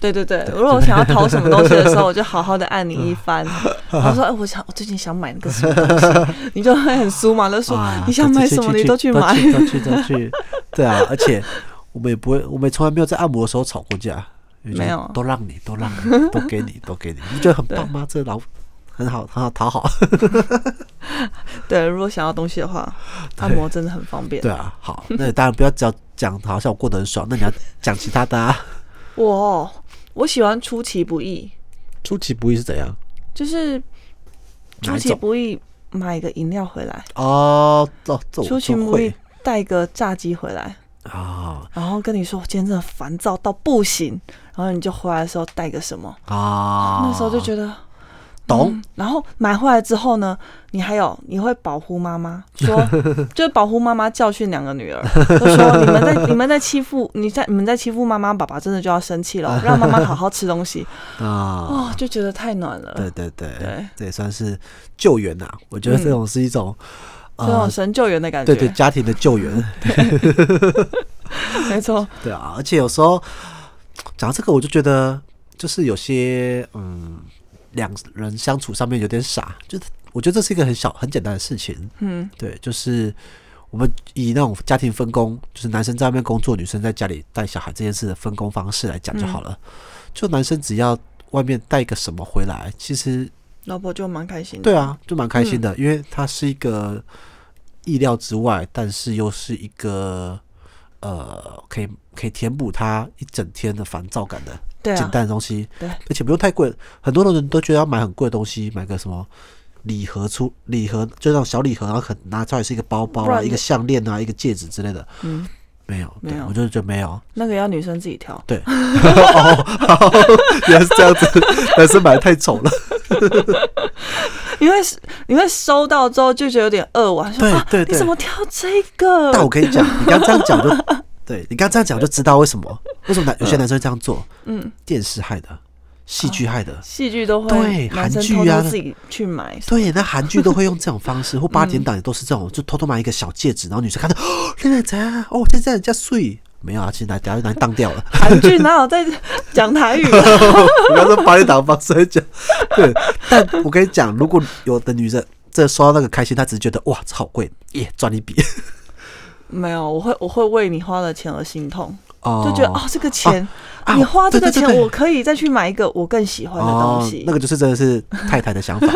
Speaker 3: 对对对，如果我想要讨什么东西的 时候，我就好好的按你一番，然后说：“哎，我想我最近想买那个什么东 西。”你就会很酥嘛，就说
Speaker 2: 啊：“
Speaker 3: 你想买什么，你都
Speaker 2: 去
Speaker 3: 去买。
Speaker 2: 都去都去，对啊，而且我们也不会，我们也从来没有在按摩的时候吵过架，因为就是
Speaker 3: 没有
Speaker 2: 都让你，都让你，都给你，都给你，你不觉得很棒吗？这老很好，很好讨好，”
Speaker 3: 对，如果想要东西的话，按摩真的很方便
Speaker 2: 对。啊，好，那你当然不要只要讲好像我过得很爽，那你要讲其他的啊。
Speaker 3: 我哦我喜欢出其不意，
Speaker 2: 出其不意是怎样？
Speaker 3: 就是
Speaker 2: 哪
Speaker 3: 出
Speaker 2: 一
Speaker 3: 其
Speaker 2: 种？
Speaker 3: 不意买个饮料回来，
Speaker 2: 哦，这这我
Speaker 3: 出其
Speaker 2: 就
Speaker 3: 不意
Speaker 2: 会
Speaker 3: 带个炸鸡回来，
Speaker 2: 啊
Speaker 3: 然后跟你说我今天真的烦躁到不行，然后你就回来的时候带个什么，
Speaker 2: 啊！
Speaker 3: 那时候就觉得
Speaker 2: 懂
Speaker 3: 嗯，然后买回来之后呢，你还有你会保护妈妈， 说就是保护妈妈教训两个女儿，就说你们在你们在欺负你在你们在欺负妈妈，爸爸真的就要生气了，让妈妈好好吃东西
Speaker 2: 啊。
Speaker 3: 哦，就觉得太暖了，
Speaker 2: 对对对，
Speaker 3: 对嗯
Speaker 2: 这也算是救援呐、我觉得这种是一种，
Speaker 3: 这种
Speaker 2: 呃，
Speaker 3: 神救援的感觉，
Speaker 2: 对对，家庭的救援。
Speaker 3: 没错，
Speaker 2: 对啊，而且有时候讲到这个，我就觉得就是有些嗯，两人相处上面有点傻，就是我觉得这是一个很小很简单的事情。
Speaker 3: 嗯
Speaker 2: 对，就是我们以那种家庭分工，就是男生在外面工作，女生在家里带小孩这件事的分工方式来讲就好了。就男生只要外面带一个什么回来，其实
Speaker 3: 老婆就蛮开心的，
Speaker 2: 对啊，就蛮开心的，因为它是一个意料之外，但是又是一个呃，可以可以填补他一整天的烦躁感的
Speaker 3: 对
Speaker 2: 简
Speaker 3: 啊，
Speaker 2: 单的东西，
Speaker 3: 对
Speaker 2: 而且不用太贵。很多人都觉得要买很贵的东西，买个什么礼盒出礼盒，就那种小礼盒，然后可能拿出来是一个包包
Speaker 3: 不
Speaker 2: 啊，
Speaker 3: 然
Speaker 2: 一个项链啊，一个戒指之类的，
Speaker 3: 嗯，
Speaker 2: 没有，对
Speaker 3: 没有
Speaker 2: 我就觉得没有。
Speaker 3: 那个要女生自己挑，
Speaker 2: 对，哦， 好，原来是这样子，男生买的太丑了。
Speaker 3: 你会你会收到之后就觉得有点饿完，说
Speaker 2: 对
Speaker 3: 啊
Speaker 2: 对
Speaker 3: 你
Speaker 2: 对
Speaker 3: 怎么挑这个？
Speaker 2: 但我跟你讲，你刚这样讲就，对你刚这样讲就知道为什么，为什么男有些男生会这样做，
Speaker 3: 嗯，
Speaker 2: 电视害的。戏剧害的。
Speaker 3: 戏剧都
Speaker 2: 对
Speaker 3: 会男
Speaker 2: 韩
Speaker 3: 生
Speaker 2: 剧
Speaker 3: 偷偷
Speaker 2: 啊
Speaker 3: 自己去买，
Speaker 2: 对，那韩剧都会用这种方 式，或八点档也都是这种，就偷偷买一个小戒指，然后女生看到，哦，现在怎样？哦，现在人家睡没有啊？其实拿等下就拿去当掉了。
Speaker 3: 韩剧哪有在讲台语啊？
Speaker 2: 我刚说八点档方式来讲，对，但我跟你讲，如果有的女生这收到那个开心，她只是觉得哇，超贵，耶，赚一笔，
Speaker 3: 没有，我会我会为你花的钱而心痛，
Speaker 2: 哦，
Speaker 3: 就觉得哦，这个钱
Speaker 2: 啊
Speaker 3: 你花这个
Speaker 2: 对对
Speaker 3: 钱，
Speaker 2: 对对
Speaker 3: 我可以再去买一个我更喜欢的东西。
Speaker 2: 哦。那个就是真的是太太的想法，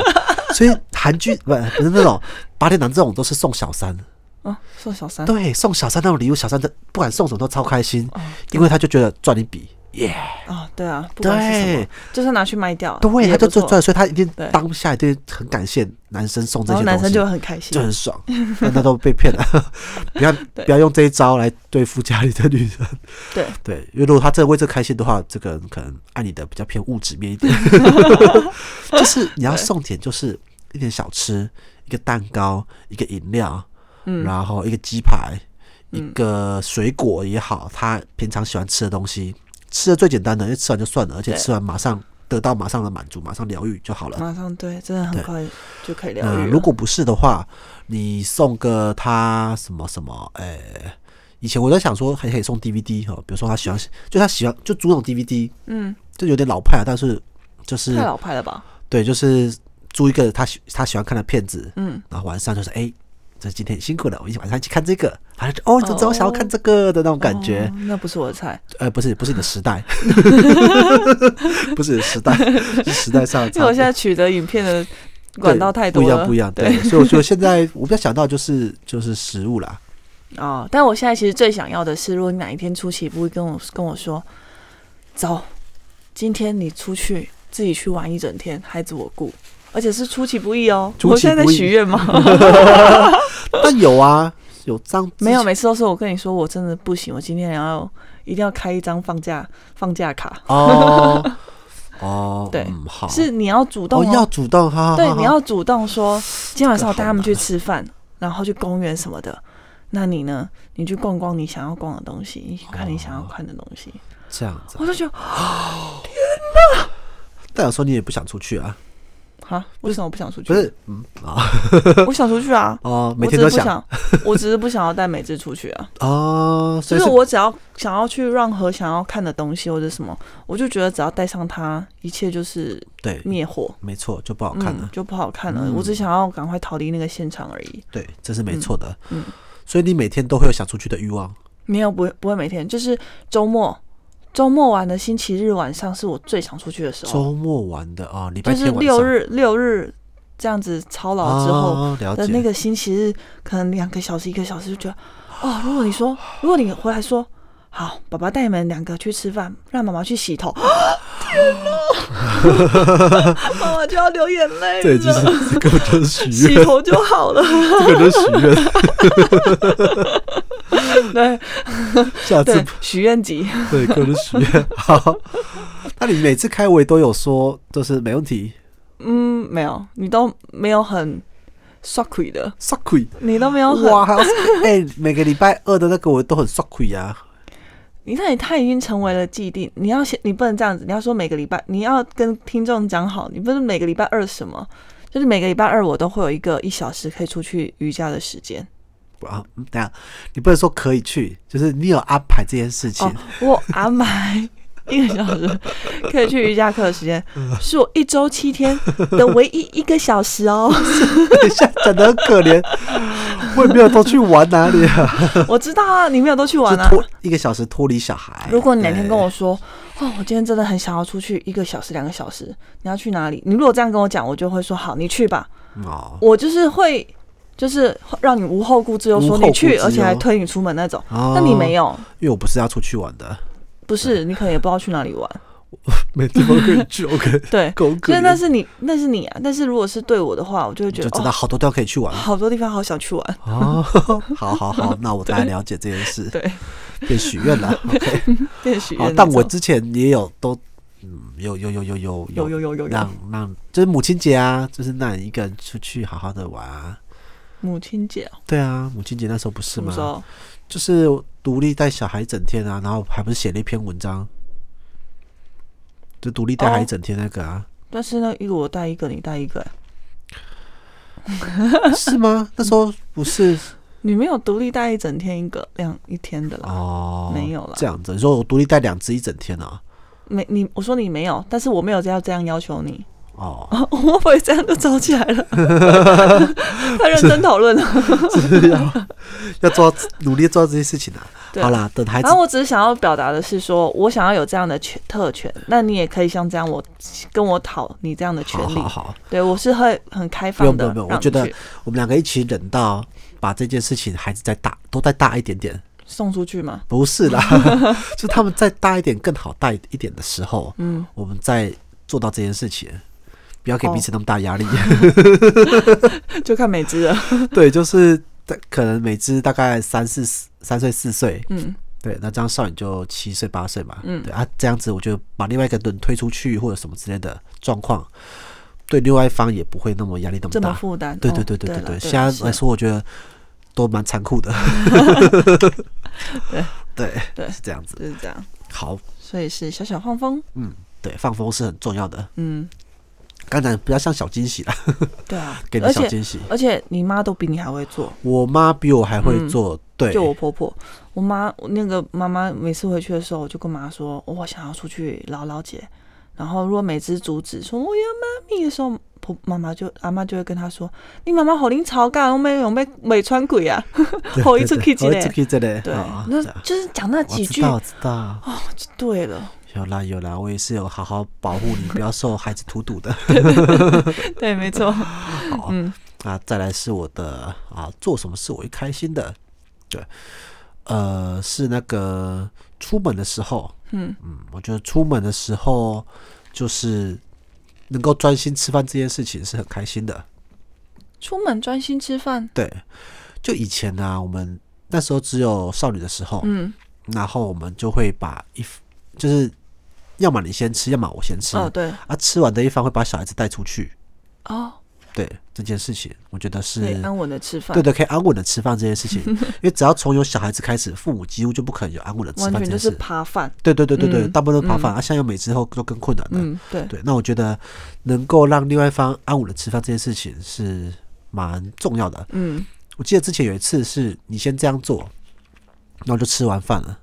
Speaker 2: 所以韩剧不不是那种八点档这种都是送小三，
Speaker 3: 啊，送小三，
Speaker 2: 对，送小三那种礼物，小三的不管送什么都超开心，
Speaker 3: 哦
Speaker 2: 因为他就觉得赚一笔，耶、
Speaker 3: 啊，对啊，不管是什么
Speaker 2: 对，
Speaker 3: 就是拿去卖掉，
Speaker 2: 对，
Speaker 3: 也
Speaker 2: 他就
Speaker 3: 不错
Speaker 2: 赚赚，所以他一定
Speaker 3: 对
Speaker 2: 当下一定很感谢男生送这
Speaker 3: 然后
Speaker 2: 些
Speaker 3: 男
Speaker 2: 东
Speaker 3: 生
Speaker 2: 西，
Speaker 3: 就很开心
Speaker 2: 就。很爽，但他都被骗了， 不要
Speaker 3: 对
Speaker 2: 不要用这一招来对付家里的女人，
Speaker 3: 对，
Speaker 2: 对，因为如果他真的为这开心的话，这个人可能爱你的比较偏物质面一 点，就是你要送点就是一点小吃，一个蛋糕，一个饮料，
Speaker 3: 嗯
Speaker 2: 然后一个鸡排，一个水果也好，他平常喜欢吃的东西，吃的最简单的，因为吃完就算了，而且
Speaker 3: 对
Speaker 2: 吃完马上得到马上的满足，马上疗愈就好了。
Speaker 3: 马上对，真的很快就可以疗
Speaker 2: 呃，
Speaker 3: 愈了。
Speaker 2: 如果不是的话，你送个他什么什么，呃、以前我在想说还可以送 DVD 哈、比如说他喜欢，就他喜欢就租那种 DVD，
Speaker 3: 嗯，
Speaker 2: 就有点老派啊，但是就是
Speaker 3: 太老派了吧？
Speaker 2: 对，就是租一个他喜他喜欢看的片子，
Speaker 3: 嗯，
Speaker 2: 然后晚上就是哎。这今天很辛苦了，我们晚上一起看这个，他就哦，你怎么知道我想要看这个的那种感觉？
Speaker 3: 哦那不是我的菜，
Speaker 2: 呃，不是，不是你的时 代， 不是你的时代，是时代上的
Speaker 3: 因为
Speaker 2: 差
Speaker 3: 我现
Speaker 2: 别
Speaker 3: 在。取得影片的管
Speaker 2: 对，
Speaker 3: 道太
Speaker 2: 不一
Speaker 3: 多
Speaker 2: 样，
Speaker 3: 了，
Speaker 2: 不一样。
Speaker 3: 对
Speaker 2: 对，所以我觉得现在我比较想到就是就是食物啦，
Speaker 3: 哦，但我现在其实最想要的是，如果你哪一天出其不意跟我跟我说，走，今天你出去自己去玩一整天，孩子我顾，而且是出其不意哦。
Speaker 2: 出
Speaker 3: 我
Speaker 2: 其
Speaker 3: 现在在
Speaker 2: 不意
Speaker 3: 许愿 吗？
Speaker 2: 但有啊，有这样
Speaker 3: 没有，每次都是我跟你说，我真的不行，我今天要一定要开一张放假放假卡，
Speaker 2: 哦 哦，
Speaker 3: 对
Speaker 2: 嗯，好，
Speaker 3: 是你要主动
Speaker 2: 哦
Speaker 3: 哦、
Speaker 2: 要主动，哈，哈
Speaker 3: 对
Speaker 2: 哈，
Speaker 3: 你要主动说，今天晚上我带他们
Speaker 2: 这
Speaker 3: 去
Speaker 2: 个好
Speaker 3: 吃饭，然后去公园什么的。那你呢？你去逛逛你想要逛的东西，你去看你想要
Speaker 2: 哦
Speaker 3: 看的东西。
Speaker 2: 这样子。
Speaker 3: 我就觉得
Speaker 2: 但有时候你也不想出去 啊，
Speaker 3: 啊，为什么我不想出去？
Speaker 2: 不是，嗯啊，
Speaker 3: 我想出去啊
Speaker 2: 哦， 每
Speaker 3: 我只
Speaker 2: 天
Speaker 3: 是
Speaker 2: 都
Speaker 3: 不想，我只是不想要带美智出去啊。
Speaker 2: 哦，所
Speaker 3: 就
Speaker 2: 以
Speaker 3: 是
Speaker 2: 是
Speaker 3: 我只要想要去任何想要看的东西或者什么，我就觉得只要带上它，一切就是
Speaker 2: 对，
Speaker 3: 灭火，
Speaker 2: 没错，就不好看
Speaker 3: 嗯
Speaker 2: 了，。
Speaker 3: 就不好看了。
Speaker 2: 嗯
Speaker 3: 我只想要赶快逃离那个现场而已。
Speaker 2: 对，这是没错的。
Speaker 3: 嗯，
Speaker 2: 所以你每天都会有想出去的欲望。
Speaker 3: 没有，不会不会每天，就是周末，周末玩的星期日晚上是我最想出去的时候，
Speaker 2: 周末玩的啊，礼拜
Speaker 3: 就是
Speaker 2: 天晚
Speaker 3: 六
Speaker 2: 上
Speaker 3: 日六日这样子操劳之后，
Speaker 2: 哦，了
Speaker 3: 的
Speaker 2: 解
Speaker 3: 那个星期日，可能两个小时、一个小时就觉得，哦，如果你说，如果你回来说，好，爸爸带你们两个去吃饭，让妈妈去洗头，啊 天哪，妈妈就要流眼泪
Speaker 2: 对，就
Speaker 3: 了，
Speaker 2: 是这根本 就是许
Speaker 3: 洗
Speaker 2: 愿，
Speaker 3: 头就好了，
Speaker 2: 这个就是许愿。
Speaker 3: 对
Speaker 2: 下次
Speaker 3: 对，许愿集，
Speaker 2: 对，个人许愿。好，那你每次开我也都有说，就是没问题。
Speaker 3: 嗯，没有，你都没有很刷亏的，
Speaker 2: 刷亏
Speaker 3: 你都没有
Speaker 2: 哇，
Speaker 3: 哦很，
Speaker 2: 还要哎、每个礼拜二的那个我都很刷亏啊。
Speaker 3: 你那里他已经成为了既定，你要先，你不能这样子，你要说每个礼拜，你要跟听众讲好，你不是每个礼拜二什么，就是每个礼拜二我都会有一个一小时可以出去瑜伽的时间。
Speaker 2: 啊，嗯等一下，你不能说可以去，就是你有安排这件事情
Speaker 3: 哦，我安排一个小时可以去瑜伽课的时 间，是我一周七天的唯一一个小时 哦。
Speaker 2: 等一下讲的很可怜，我也没有都去玩哪里啊，
Speaker 3: 我知道啊，你没有都去 玩
Speaker 2: 就
Speaker 3: 啊。
Speaker 2: 脱一个小时脱离小孩。
Speaker 3: 如果你哪天
Speaker 2: 对
Speaker 3: 跟我说，哦，我今天真的很想要出去一个小时、两个小时，你要去哪里？你如果这样跟我讲，我就会说好，你去吧。
Speaker 2: 哦
Speaker 3: 我就是会，就是让你无后顾之忧，
Speaker 2: 无
Speaker 3: 说
Speaker 2: 后
Speaker 3: 你
Speaker 2: 顾之
Speaker 3: 去，
Speaker 2: 忧
Speaker 3: 而且还推你出门那种。
Speaker 2: 哦
Speaker 3: 但你没，有，
Speaker 2: 因为我不是要出去玩 的，
Speaker 3: 不是你可能也不知道去哪里 玩，
Speaker 2: 没地方可以去。OK，
Speaker 3: 对。
Speaker 2: 狗可
Speaker 3: 所以
Speaker 2: 怜
Speaker 3: 那是你，那是你啊。但是如果是对我的话，我就会觉
Speaker 2: 就
Speaker 3: 得
Speaker 2: 知道
Speaker 3: 哦，
Speaker 2: 好多地方可以 去玩
Speaker 3: 好多地方好想去玩。
Speaker 2: 哦，好好好，那我大概了解这件事，
Speaker 3: 对，
Speaker 2: 变许愿了。OK，
Speaker 3: 变许
Speaker 2: 好
Speaker 3: 愿，那
Speaker 2: 但我
Speaker 3: 种
Speaker 2: 之前也有都，嗯，有有有有有
Speaker 3: 有有有有有
Speaker 2: 让让，就是母亲节啊，就是让你一个人出去好好的玩啊。
Speaker 3: 母亲节哦
Speaker 2: 对啊，母亲节那时候不是
Speaker 3: 什么时
Speaker 2: 吗？
Speaker 3: 候？
Speaker 2: 就是独立带小孩一整天啊，然后还不是写了一篇文章，就独立带孩子
Speaker 3: 哦
Speaker 2: 整天那个啊，
Speaker 3: 但是呢，一个我带一个，你带一个、欸，哦
Speaker 2: 是吗？那时候不 是
Speaker 3: 你没有独立带一整天一个两一天的啦。
Speaker 2: 哦，
Speaker 3: 没有啦
Speaker 2: 这样子，你说我独立带两只一整天啊？
Speaker 3: 没你，我说你没有，但是我没有这样这样要求你。
Speaker 2: 哦，
Speaker 3: 我会不会这样就吵起来了？ 太认真讨论了。
Speaker 2: 是要要做到努力做到这些事情啊。
Speaker 3: 对
Speaker 2: 好啦，等孩子
Speaker 3: 然后我只是想要表达的是说，我想要有这样的权特权，那你也可以像这样我，跟我讨你这样的权
Speaker 2: 好
Speaker 3: 利。
Speaker 2: 好好，
Speaker 3: 对我是会很开
Speaker 2: 不
Speaker 3: 放
Speaker 2: 用不
Speaker 3: 的。
Speaker 2: 用不用，
Speaker 3: 让
Speaker 2: 我
Speaker 3: 你
Speaker 2: 觉得
Speaker 3: 去
Speaker 2: 我们两个一起忍到把这件事情孩子再大都再大一点点，
Speaker 3: 送出去嘛，
Speaker 2: 不是 啦，就他们再大一点更好带一点的时候，嗯，我们再做到这件事情。不要给彼此那么大压力，
Speaker 3: 哦就看美姿了。
Speaker 2: 对，就是在可能每只大概三四三岁四岁，
Speaker 3: 嗯，
Speaker 2: 对，那这样少女就七岁八岁嘛，嗯，对啊，这样子我觉得把另外一个人推出去或者什么之类的状况，对另外一方也不会那么压力那么
Speaker 3: 这么
Speaker 2: 大。
Speaker 3: 负担。
Speaker 2: 对
Speaker 3: 哦
Speaker 2: 对对对
Speaker 3: 对
Speaker 2: 对
Speaker 3: 啦
Speaker 2: 对，
Speaker 3: 对
Speaker 2: 现
Speaker 3: 啦
Speaker 2: 在
Speaker 3: 是
Speaker 2: 来说我觉得都蛮残酷的。
Speaker 3: 对
Speaker 2: 对
Speaker 3: 对
Speaker 2: 是这样子。
Speaker 3: 就是这样，
Speaker 2: 好，
Speaker 3: 所以是小小放风。
Speaker 2: 嗯，对，放风是很重要的。
Speaker 3: 嗯，
Speaker 2: 刚才比较像小惊喜啦，
Speaker 3: 对啊
Speaker 2: 给，你
Speaker 3: 而
Speaker 2: 小
Speaker 3: 且
Speaker 2: 惊喜。
Speaker 3: 而且你妈都比你还会做。
Speaker 2: 我妈比我还会
Speaker 3: 嗯
Speaker 2: 做，对，
Speaker 3: 就我婆婆，我妈那个妈妈每次回去的时候，我就跟妈说，我想要出去捞捞姐。然后如果每次阻止说我要妈咪的时候，婆妈妈就阿妈就会跟她说，你妈妈好灵吵架，我没有被没穿 鬼啊，
Speaker 2: 对
Speaker 3: 吼
Speaker 2: 对
Speaker 3: 一次
Speaker 2: 对
Speaker 3: kiss
Speaker 2: 吼一
Speaker 3: 嘞
Speaker 2: 次 kiss 嘞，
Speaker 3: 对
Speaker 2: 啊，
Speaker 3: 那
Speaker 2: 对啊
Speaker 3: 就是讲那
Speaker 2: 我
Speaker 3: 几
Speaker 2: 知
Speaker 3: 句
Speaker 2: 道，我知道。
Speaker 3: 就对了，
Speaker 2: 有啦有啦，我也是有好好保护你，不要受孩子荼毒的。
Speaker 3: 对，没错，
Speaker 2: 啊，再来是我的啊，做什么事我会开心的，对，呃，是那个出门的时候，
Speaker 3: 嗯
Speaker 2: 嗯，我觉得出门的时候就是能够专心吃饭这件事情是很开心的，
Speaker 3: 出门专心吃饭，
Speaker 2: 对，就以前呢、我们那时候只有少女的时候，
Speaker 3: 嗯，
Speaker 2: 然后我们就会把一就是要么你先吃，要么我先吃，
Speaker 3: 哦对，
Speaker 2: 啊，吃完的一方会把小孩子带出去，
Speaker 3: 哦，
Speaker 2: 对这件事情，我觉得是
Speaker 3: 可以安稳的吃饭，
Speaker 2: 对对，可以安稳的吃饭这件 事情，因为只要从有小孩子开始，父母几乎就不可能有安稳的吃
Speaker 3: 完
Speaker 2: 饭
Speaker 3: 全
Speaker 2: 这
Speaker 3: 就
Speaker 2: 件
Speaker 3: 是
Speaker 2: 事。
Speaker 3: 扒饭，
Speaker 2: 对对对对对，
Speaker 3: 嗯
Speaker 2: 大部分都扒饭，啊，像有美之后就更困难了。
Speaker 3: 嗯，对，
Speaker 2: 对，那我觉得能够让另外一方安稳的吃饭这件事情是蛮重要的。
Speaker 3: 嗯
Speaker 2: 我记得之前有一次是你先这样做，然后就吃完饭了，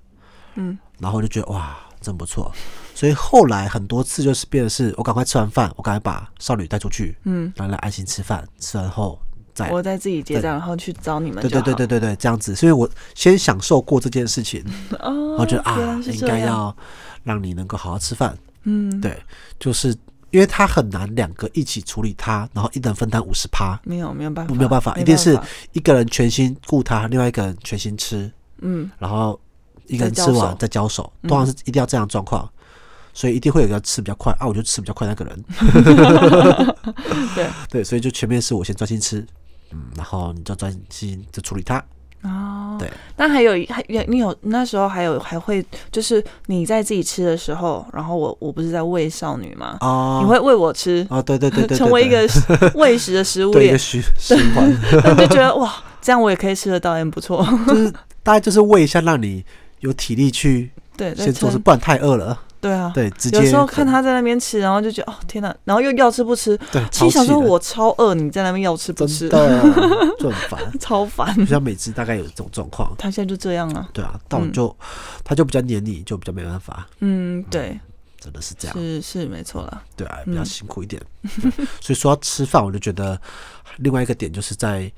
Speaker 3: 嗯，
Speaker 2: 然后就觉得哇，真不错。所以后来很多次就是变得是我赶快吃完饭，我赶快把少女带出去，
Speaker 3: 嗯，
Speaker 2: 让她安心吃饭，吃完后再
Speaker 3: 我再自己结
Speaker 2: 哎对
Speaker 3: 账，然后去找你们
Speaker 2: 对
Speaker 3: 就
Speaker 2: 对
Speaker 3: 好，
Speaker 2: 对对对对，这样子，所以我先享受过这件事情，
Speaker 3: 哦，
Speaker 2: 然后觉得
Speaker 3: 原
Speaker 2: 啊
Speaker 3: 来，是
Speaker 2: 应
Speaker 3: 这
Speaker 2: 该
Speaker 3: 样
Speaker 2: 要让你能够好好吃饭。
Speaker 3: 嗯，
Speaker 2: 对，就是因为他很难两个一起处理他，然后一人分担五十趴，
Speaker 3: 没有没有办法，
Speaker 2: 没有办法，一定是一个人全心顾他，另外一个人全心吃，
Speaker 3: 嗯，
Speaker 2: 然后一个
Speaker 3: 再
Speaker 2: 人吃
Speaker 3: 交手嗯
Speaker 2: 完再交手，通常是一定要这样的状况。所以一定会有一个吃比较快啊，我就吃比较快那个 人。
Speaker 3: 对
Speaker 2: 对，所以就前面是我先专心吃，嗯，然后你就专心就处理他。
Speaker 3: 哦，
Speaker 2: 对。
Speaker 3: 那还有一还有你有那时候还有还会就是你在自己吃的时候，然后我我不是在喂少女吗？
Speaker 2: 哦，
Speaker 3: 你会喂我吃，
Speaker 2: 啊，对对 对对对，
Speaker 3: 成为一
Speaker 2: 对
Speaker 3: 个 喂食的食物
Speaker 2: 对一个
Speaker 3: 链，
Speaker 2: 循循 环，
Speaker 3: 那你就觉得哇，这样我也可以吃得到，也不错。
Speaker 2: 就是大概就是喂一下，让你有体力去
Speaker 3: 对，
Speaker 2: 先
Speaker 3: 在
Speaker 2: 做事，
Speaker 3: 撑
Speaker 2: 不然太饿 了。
Speaker 3: 对啊。
Speaker 2: 对，直接
Speaker 3: 有时候看他在那边吃，然后就觉得哦天哪，然后又要吃不吃，
Speaker 2: 对，
Speaker 3: 心
Speaker 2: 超
Speaker 3: 想说
Speaker 2: 气的
Speaker 3: 我超饿，你在那边要吃不吃
Speaker 2: 真， 的就很烦，
Speaker 3: 超烦。
Speaker 2: 就像每次大概有这种状况。
Speaker 3: 他现在就这样啊，
Speaker 2: 对啊，但我
Speaker 3: 嗯
Speaker 2: 就他就比较黏你，就比较没办法，
Speaker 3: 嗯，对，
Speaker 2: 真的是这样。
Speaker 3: 是是没错啦。
Speaker 2: 对啊，比较
Speaker 3: 嗯
Speaker 2: 辛苦一点。对所以说到吃饭，我就觉得另外一个点就是在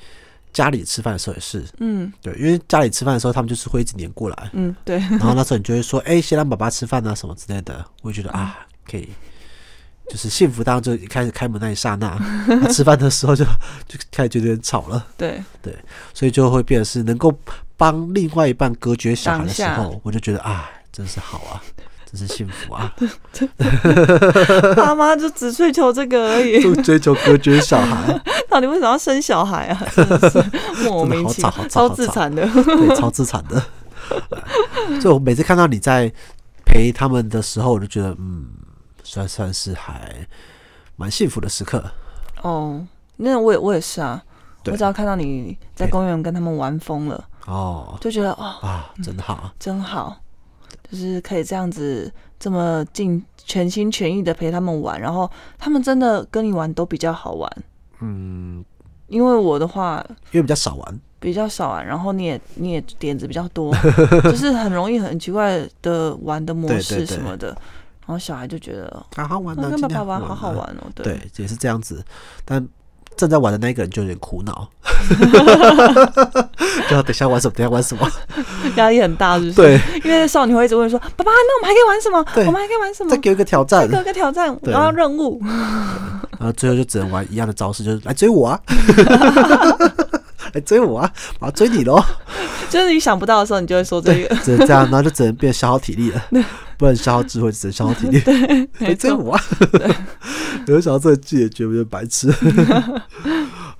Speaker 2: 家里吃饭的时候也是，
Speaker 3: 嗯
Speaker 2: 对，因为家里吃饭的时候他们就是会一直黏过来，
Speaker 3: 嗯， 对，
Speaker 2: 然后那时候你就会说，哎、先让爸爸吃饭啊，什么之类的。我就觉得啊，可以，就是幸福当中就开始开门那一刹那，啊吃饭的时候就就开始觉得有点吵了，
Speaker 3: 对，
Speaker 2: 所以就会变成是能够帮另外一半隔绝小孩的
Speaker 3: 挡
Speaker 2: 时
Speaker 3: 下
Speaker 2: 候，我就觉得啊，真是好啊，真是幸福啊，
Speaker 3: 爸妈就只追求这个而已，
Speaker 2: 就追求隔绝小孩，
Speaker 3: 到底为什么要生小孩啊？真 的是莫名其
Speaker 2: 真的好，吵
Speaker 3: 妙
Speaker 2: 好吵
Speaker 3: 超自 残的。
Speaker 2: 对，超自产的。所以我每次看到你在陪他们的时候，我就觉得嗯，算算是还蛮幸福的时刻。
Speaker 3: 哦，那我也我也是啊，
Speaker 2: 对
Speaker 3: 我只要看到你在公园跟他们玩疯了，
Speaker 2: 哦嗯
Speaker 3: 就觉得哦，
Speaker 2: 啊，真好。
Speaker 3: 真好。
Speaker 2: 的。
Speaker 3: 就是可以这样子这么尽全心全意的陪他们玩，然后他们真的跟你玩都比较好玩，
Speaker 2: 嗯，
Speaker 3: 因为我的话
Speaker 2: 因为比较少玩，
Speaker 3: 比较少玩，然后你也你也点子比较 多，就是很容易很奇怪的玩的模
Speaker 2: 对对
Speaker 3: 式什
Speaker 2: 对
Speaker 3: 么的，然后小孩就觉得。哦
Speaker 2: 好好玩
Speaker 3: 那
Speaker 2: 啊，
Speaker 3: 跟
Speaker 2: 尽
Speaker 3: 爸爸
Speaker 2: 量
Speaker 3: 玩
Speaker 2: 啊
Speaker 3: 好好。玩哦，对，
Speaker 2: 对，也是这样子，但正在玩的那一个人就有点苦 恼，就要等一下玩什么，等一下玩什么。
Speaker 3: 压力很大，是不 是？
Speaker 2: 对，
Speaker 3: 因为少女会一直问说：“爸爸，那我们还可以玩什么？
Speaker 2: 对
Speaker 3: 我们还可以玩什么
Speaker 2: 再？给我一个挑战
Speaker 3: 再，给我一个挑战，我
Speaker 2: 对
Speaker 3: 要任务。
Speaker 2: 然后最后就只能玩一样的招式，就是来追 我啊，来追我啊，我要追你喽。”
Speaker 3: 就是你想不到的时候，你就会说这个。
Speaker 2: 只能这样，然后就只能变消耗体力了，不能消耗智慧，只能消耗体 力。
Speaker 3: 没
Speaker 2: 来追
Speaker 3: 错
Speaker 2: 我啊！ 有想到这个剧也觉得有点白 痴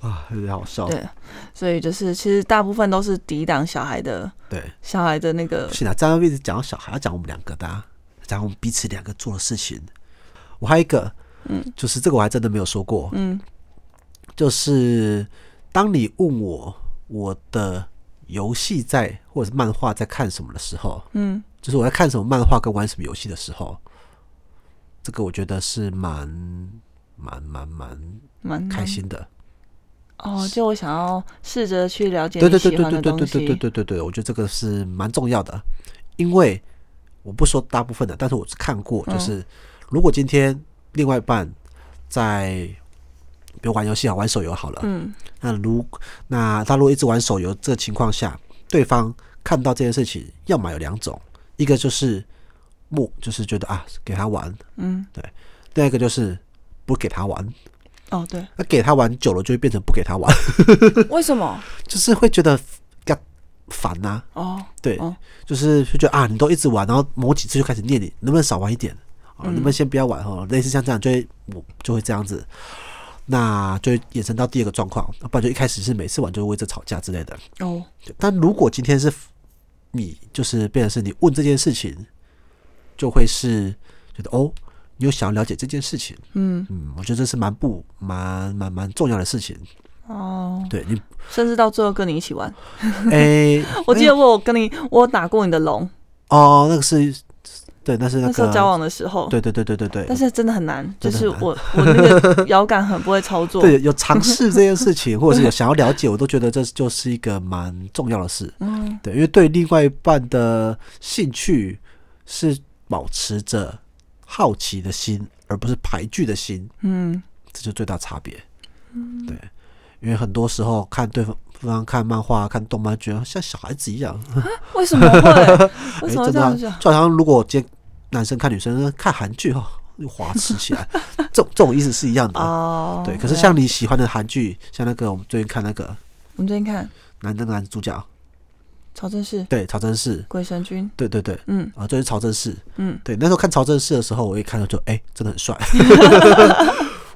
Speaker 2: 啊，有点好笑。
Speaker 3: 对，所以就是其实大部分都是抵挡小孩的
Speaker 2: 对，
Speaker 3: 小孩的那个
Speaker 2: 不，行啊，这样一直讲到小孩，要讲我们两个的、啊，讲我们彼此两个做的事情。我还有一个，嗯，就是这个我还真的没有说过，
Speaker 3: 嗯，
Speaker 2: 就是当你问我我的游戏在或者是漫画在看什么的时候，
Speaker 3: 嗯，
Speaker 2: 就是我在看什么漫画跟玩什么游戏的时候，这个我觉得是蛮蛮蛮蛮
Speaker 3: 蛮
Speaker 2: 开心的。
Speaker 3: 哦。就我想要试着去了解
Speaker 2: 对
Speaker 3: 你
Speaker 2: 对对
Speaker 3: 喜
Speaker 2: 对
Speaker 3: 欢
Speaker 2: 对
Speaker 3: 的
Speaker 2: 对
Speaker 3: 东
Speaker 2: 对对对
Speaker 3: 西，
Speaker 2: 对对对，我觉得这个是蛮重要的，因为我不说大部分的，但是我是看过，就
Speaker 3: 嗯
Speaker 2: 是如果今天另外一半在。比如玩游戏啊，玩手游好了。
Speaker 3: 嗯，
Speaker 2: 那如那他如果一直玩手游，这个情况下，对方看到这件事情，要么有两种，一个就是木，就是觉得啊给他玩，
Speaker 3: 嗯，
Speaker 2: 另外一个就是不给他玩。
Speaker 3: 哦，对，
Speaker 2: 那给他玩久了，就会变成不给他玩，
Speaker 3: 为什么？
Speaker 2: 就是会觉得干烦啊呐、
Speaker 3: 哦，
Speaker 2: 对，
Speaker 3: 哦
Speaker 2: 就是就觉得啊，你都一直玩，然后某几次就开始念你，能不能少玩一点？哦，
Speaker 3: 嗯
Speaker 2: 能不能先不要玩？哦，类似像这样，就会我就会这样子，那就会衍生到第二个状况，不然就一开始是每次玩就会为这吵架之类的。
Speaker 3: 哦，
Speaker 2: 对但如果今天是你，就是变成是你问这件事情，就会是觉得哦，你有想要了解这件事情，
Speaker 3: 嗯，
Speaker 2: 嗯，我觉得这是蛮不蛮蛮蛮重要的事情。
Speaker 3: 哦，
Speaker 2: 对 你，
Speaker 3: 甚至到最后跟你一起玩。
Speaker 2: 哎、
Speaker 3: 我记
Speaker 2: 哎
Speaker 3: 得我有跟你，我有打过你的龙，
Speaker 2: 哦，那个是，对，那是那
Speaker 3: 那时候
Speaker 2: 个
Speaker 3: 交往的时候。
Speaker 2: 对对对对对对，
Speaker 3: 但是真的很难，就
Speaker 2: 真的
Speaker 3: 是
Speaker 2: 很
Speaker 3: 我我那个摇杆很不会操作，
Speaker 2: 对有尝试这件事情，或者是有想要了解，我都觉得这就是一个蛮重要的事。
Speaker 3: 嗯，
Speaker 2: 对，因为对另外一半的兴趣是保持着好奇的心，而不是排拒的心，
Speaker 3: 嗯
Speaker 2: 这就是最大差别。对，因为很多时候看对方。对方看漫画、看动漫，觉得像小孩子一样。
Speaker 3: 为什么 会？为
Speaker 2: 哎，
Speaker 3: 什么会
Speaker 2: 真
Speaker 3: 这
Speaker 2: 的啊、
Speaker 3: 样子？
Speaker 2: 就好像如果今天男生看女生看韩剧哈，又滑痴起来， 这种这种意思是一样的。
Speaker 3: 哦，
Speaker 2: 对，可是
Speaker 3: 对啊
Speaker 2: 像你喜欢的韩剧，像那个我们最近看那个
Speaker 3: 我们最近看
Speaker 2: 男那个男主角，
Speaker 3: 曹正是
Speaker 2: 对曹真士，
Speaker 3: 鬼神君，
Speaker 2: 对对对，
Speaker 3: 嗯
Speaker 2: 啊，就是曹真士，
Speaker 3: 嗯，
Speaker 2: 对，那时候看曹真士的时候，我一看到就哎、真的很 帅，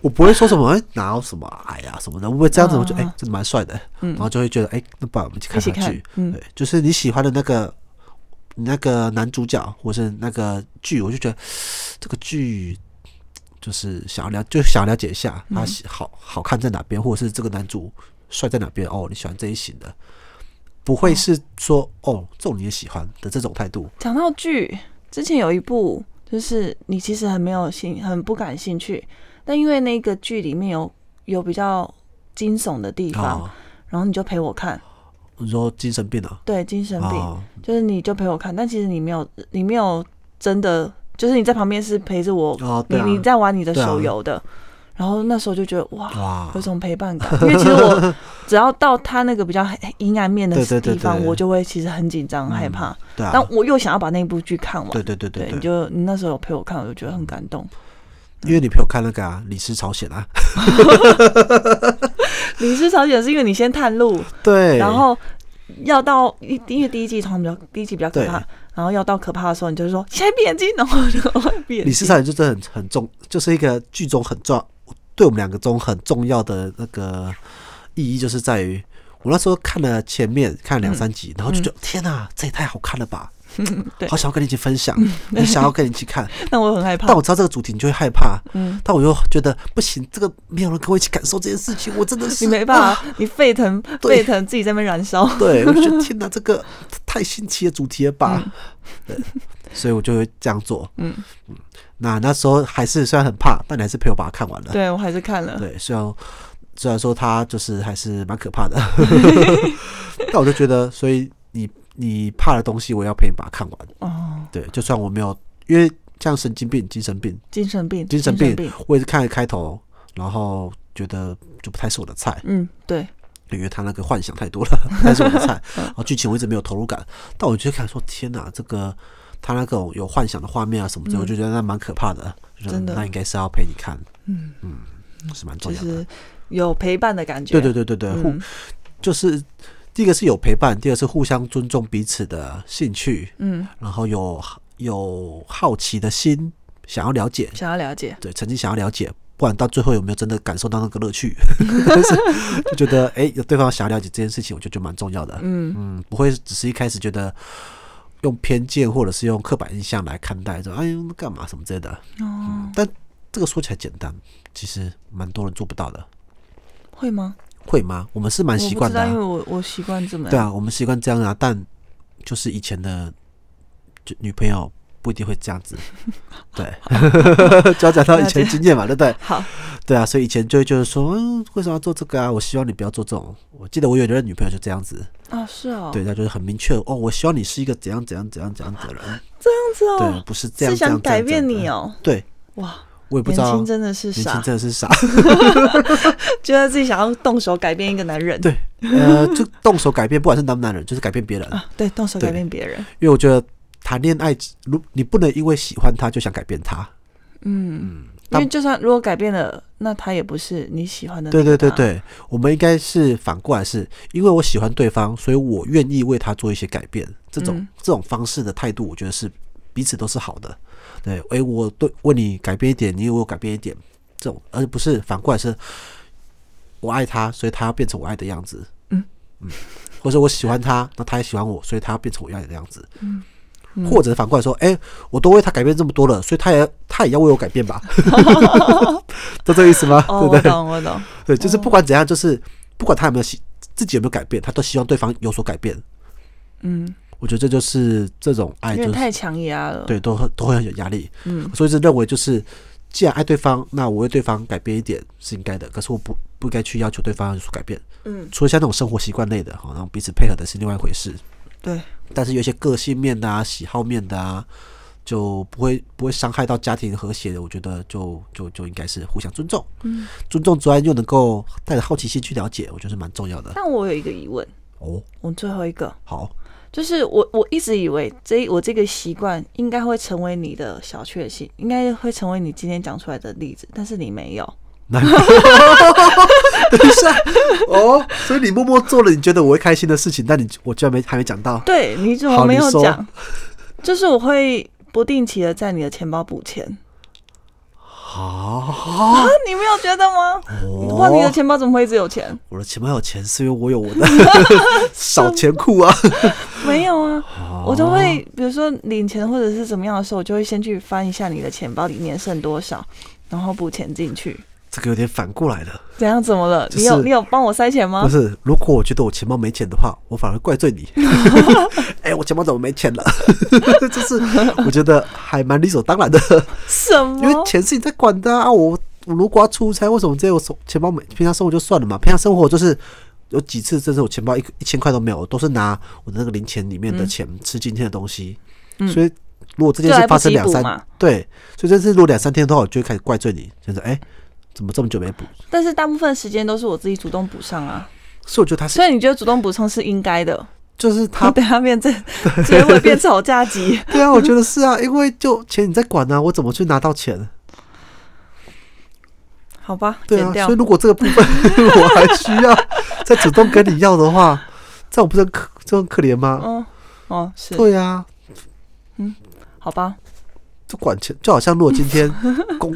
Speaker 2: 我不会说什么哎、哪有什么矮啊什么的，我不会这样子，我就哎、
Speaker 3: 啊
Speaker 2: 真的蛮帅的，
Speaker 3: 嗯
Speaker 2: 然后就会觉得哎、那不然我们去
Speaker 3: 一
Speaker 2: 看
Speaker 3: 起
Speaker 2: 韩
Speaker 3: 看
Speaker 2: 剧，，
Speaker 3: 嗯
Speaker 2: 对，就是你喜欢的那个。那个男主角或是那个剧，我就觉得这个剧就是想要了，就想要了解一下
Speaker 3: 嗯
Speaker 2: 他喜好好看在哪边，或者是这个男主帅在哪边。哦，你喜欢这一型的，不会是说哦，这种你也喜欢的这种态度。
Speaker 3: 讲到剧，之前有一部就是你其实很没有兴，很不感兴趣，但因为那个剧里面有有比较惊悚的地方，
Speaker 2: 哦，
Speaker 3: 然后你就陪我看，
Speaker 2: 你说精神病啊？
Speaker 3: 对，精神病，
Speaker 2: 哦，
Speaker 3: 就是你就陪我看，但其实你没有，你没有真的，就是你在旁边是陪着我，
Speaker 2: 哦，
Speaker 3: 你
Speaker 2: 对啊，
Speaker 3: 你在玩你的
Speaker 2: 对啊啊
Speaker 3: 手游的，然后那时候就觉得哇。
Speaker 2: 哇
Speaker 3: 有，种陪 伴感，因为其实我只要到他那个比较黑阴暗面的
Speaker 2: 对对对
Speaker 3: 地方，
Speaker 2: 对
Speaker 3: 我就会其实很紧张、很害怕，
Speaker 2: 对啊
Speaker 3: 但，我又想要把那部剧看完。
Speaker 2: 对对对对
Speaker 3: 你
Speaker 2: 对，
Speaker 3: 就你那时候有陪我看，我就觉得很感动。
Speaker 2: 因为你陪我看那个啊，《李斯朝鲜》啊，
Speaker 3: 李氏朝鲜是因为你先探路，
Speaker 2: 对，
Speaker 3: 然后要到一因为第一季通常比较第一季比较可怕
Speaker 2: 对，
Speaker 3: 然后要到可怕的时候，你就是说现在闭眼睛，然后我就会闭眼睛。
Speaker 2: 李斯朝鲜就真的很很重，就是一个剧中很重要，对我们两个中很重要的那个意义，就是在于我那时候看了前面看
Speaker 3: 嗯
Speaker 2: 了两三集，然后就觉得、天哪、这也太好看了吧！
Speaker 3: 对
Speaker 2: 好想要跟你一起分享，也想要跟你一起看，
Speaker 3: 但我很 害怕
Speaker 2: 但。我知道这个主题你就会害怕，
Speaker 3: 嗯，
Speaker 2: 但我又觉得不行，这个没有人跟我一起感受这件事情，我真的是
Speaker 3: 你没办
Speaker 2: 啊
Speaker 3: 法，你沸腾
Speaker 2: 对
Speaker 3: 沸腾，自己在那边燃烧。
Speaker 2: 对，我就觉得天哪，这个太新奇的主题了吧？对所以我就会这样做。
Speaker 3: 嗯，
Speaker 2: 那那时候还是虽然很怕，但你还是陪我把它看完了。
Speaker 3: 对我还是看了，
Speaker 2: 对，虽然虽然说它就是还是蛮可怕 的，但我就觉得，所以你你怕的东西，我要陪你把它看完。
Speaker 3: 哦，
Speaker 2: 对，就算我没有，因为像神经病、精神病，
Speaker 3: 精神病，
Speaker 2: 精神
Speaker 3: 病，
Speaker 2: 我也是看了开头，然后觉得就不太是我的菜，
Speaker 3: 嗯，对，
Speaker 2: 因为他那个幻想太多了，不太是我的 菜。然后剧情我一直没有投入感，但我就看说，天哪，这个他那种有幻想的画面啊什么的，我就觉得那蛮可怕的。就觉得
Speaker 3: 嗯真的
Speaker 2: 那应该是要陪你看，
Speaker 3: 嗯
Speaker 2: 嗯，是蛮重
Speaker 3: 就
Speaker 2: 要的。
Speaker 3: 是有陪伴的感觉，
Speaker 2: 对对对对对，互
Speaker 3: 嗯
Speaker 2: 就是第一个是有陪伴，第二是互相尊重彼此的兴趣，
Speaker 3: 嗯，
Speaker 2: 然后有有好奇的心，想要了解，
Speaker 3: 想要了解，
Speaker 2: 对，曾经想要了解，不管到最后有没有真的感受到那个乐趣， 但是就觉得哎、有对方想要了解这件事情，我觉得就蛮重要的。
Speaker 3: 嗯，
Speaker 2: 嗯，不会只是一开始觉得用偏见或者是用刻板印象来看待，说哎呦干嘛什么之类的。
Speaker 3: 哦，
Speaker 2: 这个说起来简单，其实蛮多人做不到的。
Speaker 3: 会吗？
Speaker 2: 会吗？我们是蛮习
Speaker 3: 我不
Speaker 2: 惯
Speaker 3: 知
Speaker 2: 的
Speaker 3: 道，
Speaker 2: 啊、
Speaker 3: 因为我我习惯这么样
Speaker 2: 对啊，我们习惯这样啊，但就是以前的就女朋友不一定会这样子，对，就要讲到以前经验嘛，对不对？
Speaker 3: 好，
Speaker 2: 对啊，所以以前就会觉得说，嗯，为什么要做这个啊？我希望你不要做这种。我记得我有一任女朋友就这样子，
Speaker 3: 啊，是哦，
Speaker 2: 对，她就是很明确，哦，我希望你是一个怎样怎样怎样怎样的人，
Speaker 3: 是
Speaker 2: 对，
Speaker 3: 哦，
Speaker 2: 不是这样
Speaker 3: 是
Speaker 2: 这样
Speaker 3: 想
Speaker 2: 这样
Speaker 3: 改变
Speaker 2: 这样
Speaker 3: 你
Speaker 2: 的
Speaker 3: 哦，
Speaker 2: 对，
Speaker 3: 哇，
Speaker 2: 我也不
Speaker 3: 年
Speaker 2: 知道，
Speaker 3: 轻
Speaker 2: 年
Speaker 3: 真的是
Speaker 2: 轻
Speaker 3: 傻，
Speaker 2: 真的是傻，
Speaker 3: 觉得自己想要动手改变一个男人，
Speaker 2: 对，呃，就动手改变，不管是男不男人，就是改变别人，
Speaker 3: 啊，对，动手
Speaker 2: 对
Speaker 3: 改变别人，
Speaker 2: 因为我觉得谈恋爱，如你不能因为喜欢他就想改变他，
Speaker 3: 嗯，因
Speaker 2: 当
Speaker 3: 为就算如果改变了，那他也不是你喜欢的，
Speaker 2: 对对对，对，我们应该是反过来是，因为我喜欢对方，所以我愿意为他做一些改变。这种、
Speaker 3: 嗯
Speaker 2: 这种方式的态度，我觉得是彼此都是好的。对，诶、我对为你改变一点，你为我改变一点，这种而不是反过来是，我爱他，所以他要变成我爱的样子。
Speaker 3: 嗯
Speaker 2: 嗯，或者我喜欢他，那他也喜欢我，所以他要变成我爱的样子。
Speaker 3: 嗯
Speaker 2: 或者反过来说，哎、我都为他改变这么多了，所以他也他也要为我改变 吧？ 都这个意思吗？对
Speaker 3: 哦，
Speaker 2: 不
Speaker 3: 我
Speaker 2: 对？
Speaker 3: 懂我懂，
Speaker 2: 对，就是不管怎样，就是不管他有没有希自己有没有改变，他都希望对方有所改变。
Speaker 3: 嗯，
Speaker 2: 我觉得这就是这种爱，哎
Speaker 3: 有
Speaker 2: 就
Speaker 3: 点
Speaker 2: 是
Speaker 3: 太强压了，
Speaker 2: 对，都会都会很有压力。
Speaker 3: 嗯，
Speaker 2: 所以是认为就是，既然爱对方，那我为对方改变一点是应该的，可是我不不应该去要求对方有所改变。
Speaker 3: 嗯，
Speaker 2: 除了像那种生活习惯类的，好，然后彼此配合的是另外一回事。
Speaker 3: 对，
Speaker 2: 但是有一些个性面的啊、喜好面的啊，就不会不会伤害到家庭和谐的。我觉得就就就应该是互相尊重，
Speaker 3: 嗯，
Speaker 2: 尊重之外又能够带着好奇心去了解，我觉得是蛮重要的。
Speaker 3: 但我有一个疑问，
Speaker 2: 哦，
Speaker 3: 我最后一个。
Speaker 2: 好，
Speaker 3: 就是我我一直以为这我这个习惯应该会成为你的小确幸，应该会成为你今天讲出来的例子，但是你没有。
Speaker 2: 那等一下哦，所以你默默做了你觉得我会开心的事情，但你我居然没还没讲到。
Speaker 3: 对，你怎么
Speaker 2: 好
Speaker 3: 没
Speaker 2: 你
Speaker 3: 有
Speaker 2: 说
Speaker 3: 讲？就是我会不定期的在你的钱包补钱
Speaker 2: 好、
Speaker 3: 啊，你没有觉得吗？
Speaker 2: 哦
Speaker 3: 哇，你的钱包怎么会一直有钱？
Speaker 2: 我的钱包有钱是因为我有我的少钱库啊。
Speaker 3: 没有啊，我都会比如说领钱或者是怎么样的时候，我就会先去翻一下你的钱包里面剩多少，然后补钱进去。
Speaker 2: 这个有点反过来了，
Speaker 3: 怎样？怎么了？
Speaker 2: 就是
Speaker 3: 你有你有帮我塞钱吗
Speaker 2: 不？是？如果我觉得我钱包没钱的话，我反而怪罪你。哎、我钱包怎么没钱了？ 就是我觉得还蛮理所当然的，
Speaker 3: 什
Speaker 2: 因为
Speaker 3: 么？
Speaker 2: 钱是你在管的啊。我我如果要出差，为什么只有手钱包没？平常生活就算了嘛，平常生活就是有几次，真是我钱包一一千块都没有，我都是拿我的那个零钱里面的钱吃今天的东西。所以如果这件
Speaker 3: 嗯就
Speaker 2: 事
Speaker 3: 来不
Speaker 2: 发生
Speaker 3: 及
Speaker 2: 两
Speaker 3: 补
Speaker 2: 三
Speaker 3: 嘛
Speaker 2: 对，所以这次如果两三天的话，我就会开始怪罪你，就是哎、怎么这么久没补？
Speaker 3: 但是大部分时间都是我自己主动补上啊，
Speaker 2: 所以我觉得他是
Speaker 3: 所以你觉得主动补充是应该的？
Speaker 2: 就是他
Speaker 3: 等 下变成结尾变吵架集，
Speaker 2: 对啊，我觉得是啊，因为就钱你在管呢、啊，我怎么去拿到钱？
Speaker 3: 好吧，
Speaker 2: 对
Speaker 3: 剪
Speaker 2: 啊，
Speaker 3: 掉
Speaker 2: 所以。如果这个部分 我还需要再主动跟你要的话，这样我不是很可这样很可怜吗？
Speaker 3: 嗯，哦，是，
Speaker 2: 对啊，
Speaker 3: 好吧，
Speaker 2: 就管钱，就好像如果今天公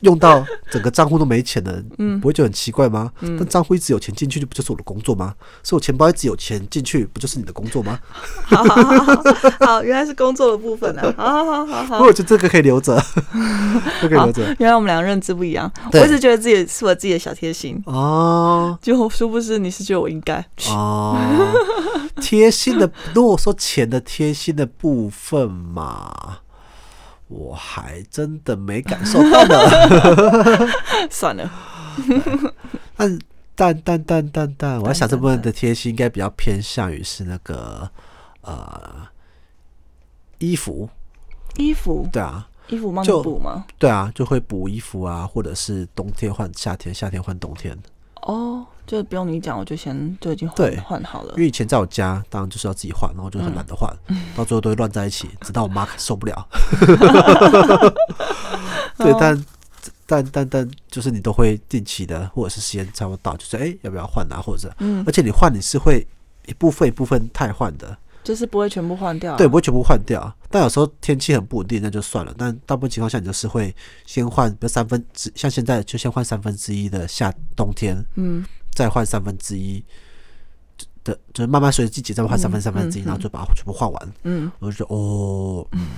Speaker 2: 用到整个账户都没钱的，
Speaker 3: 嗯
Speaker 2: 不会就很奇怪吗？
Speaker 3: 嗯
Speaker 2: 但账户一直有钱进去，就不就是我的工作吗？是我钱包一直有钱进去，不就是你的工作吗？
Speaker 3: 好好好好好好，原来是工作的部分 啊，好好好好
Speaker 2: 不
Speaker 3: 好
Speaker 2: 过。我觉得这个可以留着，这个可以留着
Speaker 3: 原来我们俩认知不一样，我
Speaker 2: 对
Speaker 3: 一直觉得自己是我自己的小贴心，
Speaker 2: 哦
Speaker 3: 结果殊不知你是觉得我应该。
Speaker 2: 哦，贴心的，如果说钱的贴心的部分嘛。我还真的没感受到呢，
Speaker 3: 算了，
Speaker 2: 但但但但但但，我在想这部分的贴心应该比较偏向于是那个呃衣服，
Speaker 3: 衣服
Speaker 2: 对啊，
Speaker 3: 衣服帮你
Speaker 2: 就
Speaker 3: 补吗？
Speaker 2: 对啊，就会补衣服啊，或者是冬天换夏天，夏天换冬天。
Speaker 3: 哦，就不用你讲，我就先就已经换
Speaker 2: 对
Speaker 3: 换好了
Speaker 2: 因。为以前在我家，当然就是要自己换，然后就很懒得换，到最后都会乱在一起，直到我妈受不了。对，但但但但就是你都会定期的，或者是时间差不多到，就是哎、要不要换啊，或者是，
Speaker 3: 嗯
Speaker 2: 而且你换你是会一部分一部分汰换的，
Speaker 3: 就是不会全部换掉啊、
Speaker 2: 对，不会全部换掉。但有时候天气很不稳定，那就算了。但大部分情况下，你就是会先换，比如三分之，像现在就先换三分之一的夏冬天，
Speaker 3: 嗯，
Speaker 2: 再换三分之一的，就是慢慢随着季节再换三分三分之一，然后就把它全部换完。
Speaker 3: 嗯，
Speaker 2: 我就觉得哦， 嗯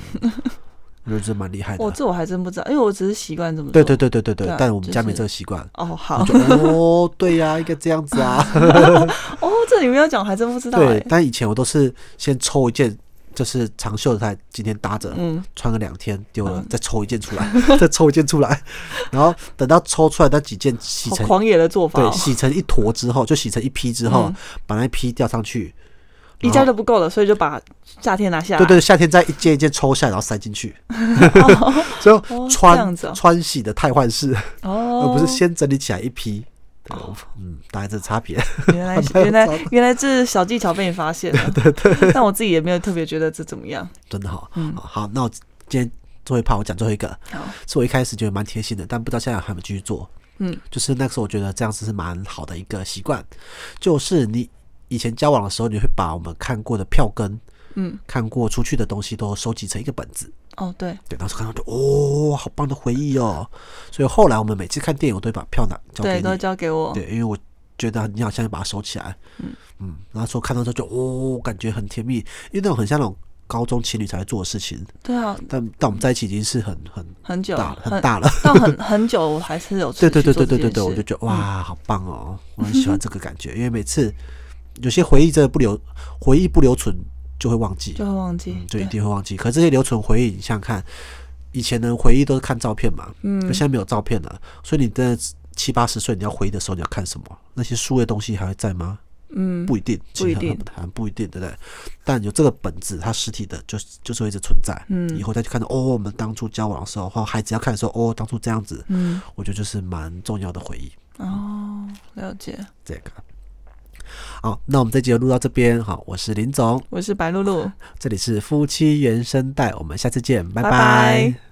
Speaker 2: 我觉得这蛮厉害
Speaker 3: 我、
Speaker 2: 的。
Speaker 3: 哦这我还真不知道，因为我只是习惯这么做。
Speaker 2: 对对对对对对
Speaker 3: 对啊，
Speaker 2: 但我们
Speaker 3: 就
Speaker 2: 家没
Speaker 3: 是
Speaker 2: 这个习惯。
Speaker 3: 哦，好
Speaker 2: 我就哦，对呀、应该这样子 啊。
Speaker 3: 哦，这你没有讲，我还真不知道哎、
Speaker 2: 对，但以前我都是先抽一件，就是长袖的，它今天搭着，
Speaker 3: 嗯，
Speaker 2: 穿个两天丢了，再抽一件出来， 再抽一件出来，然后等到抽出来那几件洗
Speaker 3: 好
Speaker 2: 成，
Speaker 3: 狂野的做法、
Speaker 2: 对，
Speaker 3: 哦，
Speaker 2: 洗成一坨之后，就洗成一批之后
Speaker 3: 嗯，
Speaker 2: 把那一批吊上去，
Speaker 3: 一家都不够了，所以就把夏天拿下来。
Speaker 2: 对对，夏天再一件一件抽下来，然后塞进 去，最后
Speaker 3: 这
Speaker 2: 穿
Speaker 3: 样子哦
Speaker 2: 穿洗的太换式，
Speaker 3: 对，
Speaker 2: 而
Speaker 3: 哦，
Speaker 2: 呃不是先整理起来一批。对嗯，大概这差别。
Speaker 3: 原来是原来原来这小技巧被你发现了，对对。但我自己也没有特别觉得这怎么样。
Speaker 2: 真的好，好好，那我今天最后一趴我讲最后一个，
Speaker 3: 好，
Speaker 2: 是我一开始觉得蛮贴心的，但不知道现在还有没有继续做。
Speaker 3: 嗯，
Speaker 2: 就是那个时候我觉得这样子是蛮好的一个习惯，就是你以前交往的时候，你会把我们看过的票根、
Speaker 3: 嗯，
Speaker 2: 看过出去的东西都收集成一个本子，
Speaker 3: 哦对，
Speaker 2: 对，当时看到就哦，好棒的回忆哦。所以后来我们每次看电影，我都会把票拿交给
Speaker 3: 对，
Speaker 2: 你，
Speaker 3: 都交给我。
Speaker 2: 对，因为我觉得你好像要把它收起来，嗯然后说看到之后就哦，感觉很甜蜜，因为那种很像那种高中情侣才会做的事情，
Speaker 3: 对啊，
Speaker 2: 但但我们在一起已经是很很
Speaker 3: 很久
Speaker 2: 大了
Speaker 3: 很
Speaker 2: 很大了。
Speaker 3: 到很很久，我还是有持
Speaker 2: 对
Speaker 3: 续
Speaker 2: 对对对
Speaker 3: 做这
Speaker 2: 对对
Speaker 3: 件
Speaker 2: 对，我
Speaker 3: 事嗯
Speaker 2: 就觉得哇，好棒 哦，我很喜欢这个感觉，因为每次有些回忆真的不留，回忆不留存就会忘记，
Speaker 3: 就会忘记
Speaker 2: 嗯，，就
Speaker 3: 对
Speaker 2: 一定会忘记。可这些留存回忆，你想想看，以前的回忆都是看照片嘛，嗯，现在没有照片了，所以你真的七八十岁你要回忆的时候，你要看什么？那些书的东西还会在吗？
Speaker 3: 嗯，
Speaker 2: 不一定，其
Speaker 3: 不一
Speaker 2: 实
Speaker 3: 定
Speaker 2: 很很不一定，对不对？但有这个本子，它实体的就是就是会一直存在。
Speaker 3: 嗯
Speaker 2: 以后再去看到哦，我们当初交往的时候，或孩子要看的时候，哦，当初这样子，
Speaker 3: 嗯，
Speaker 2: 我觉得就是蛮重要的回忆。
Speaker 3: 哦，了解。
Speaker 2: 这个。好，那我们这集就录到这边。好，我是林总，
Speaker 3: 我是白露露，
Speaker 2: 这里是夫妻原声带，我们下次见，
Speaker 3: 拜
Speaker 2: 拜
Speaker 3: 拜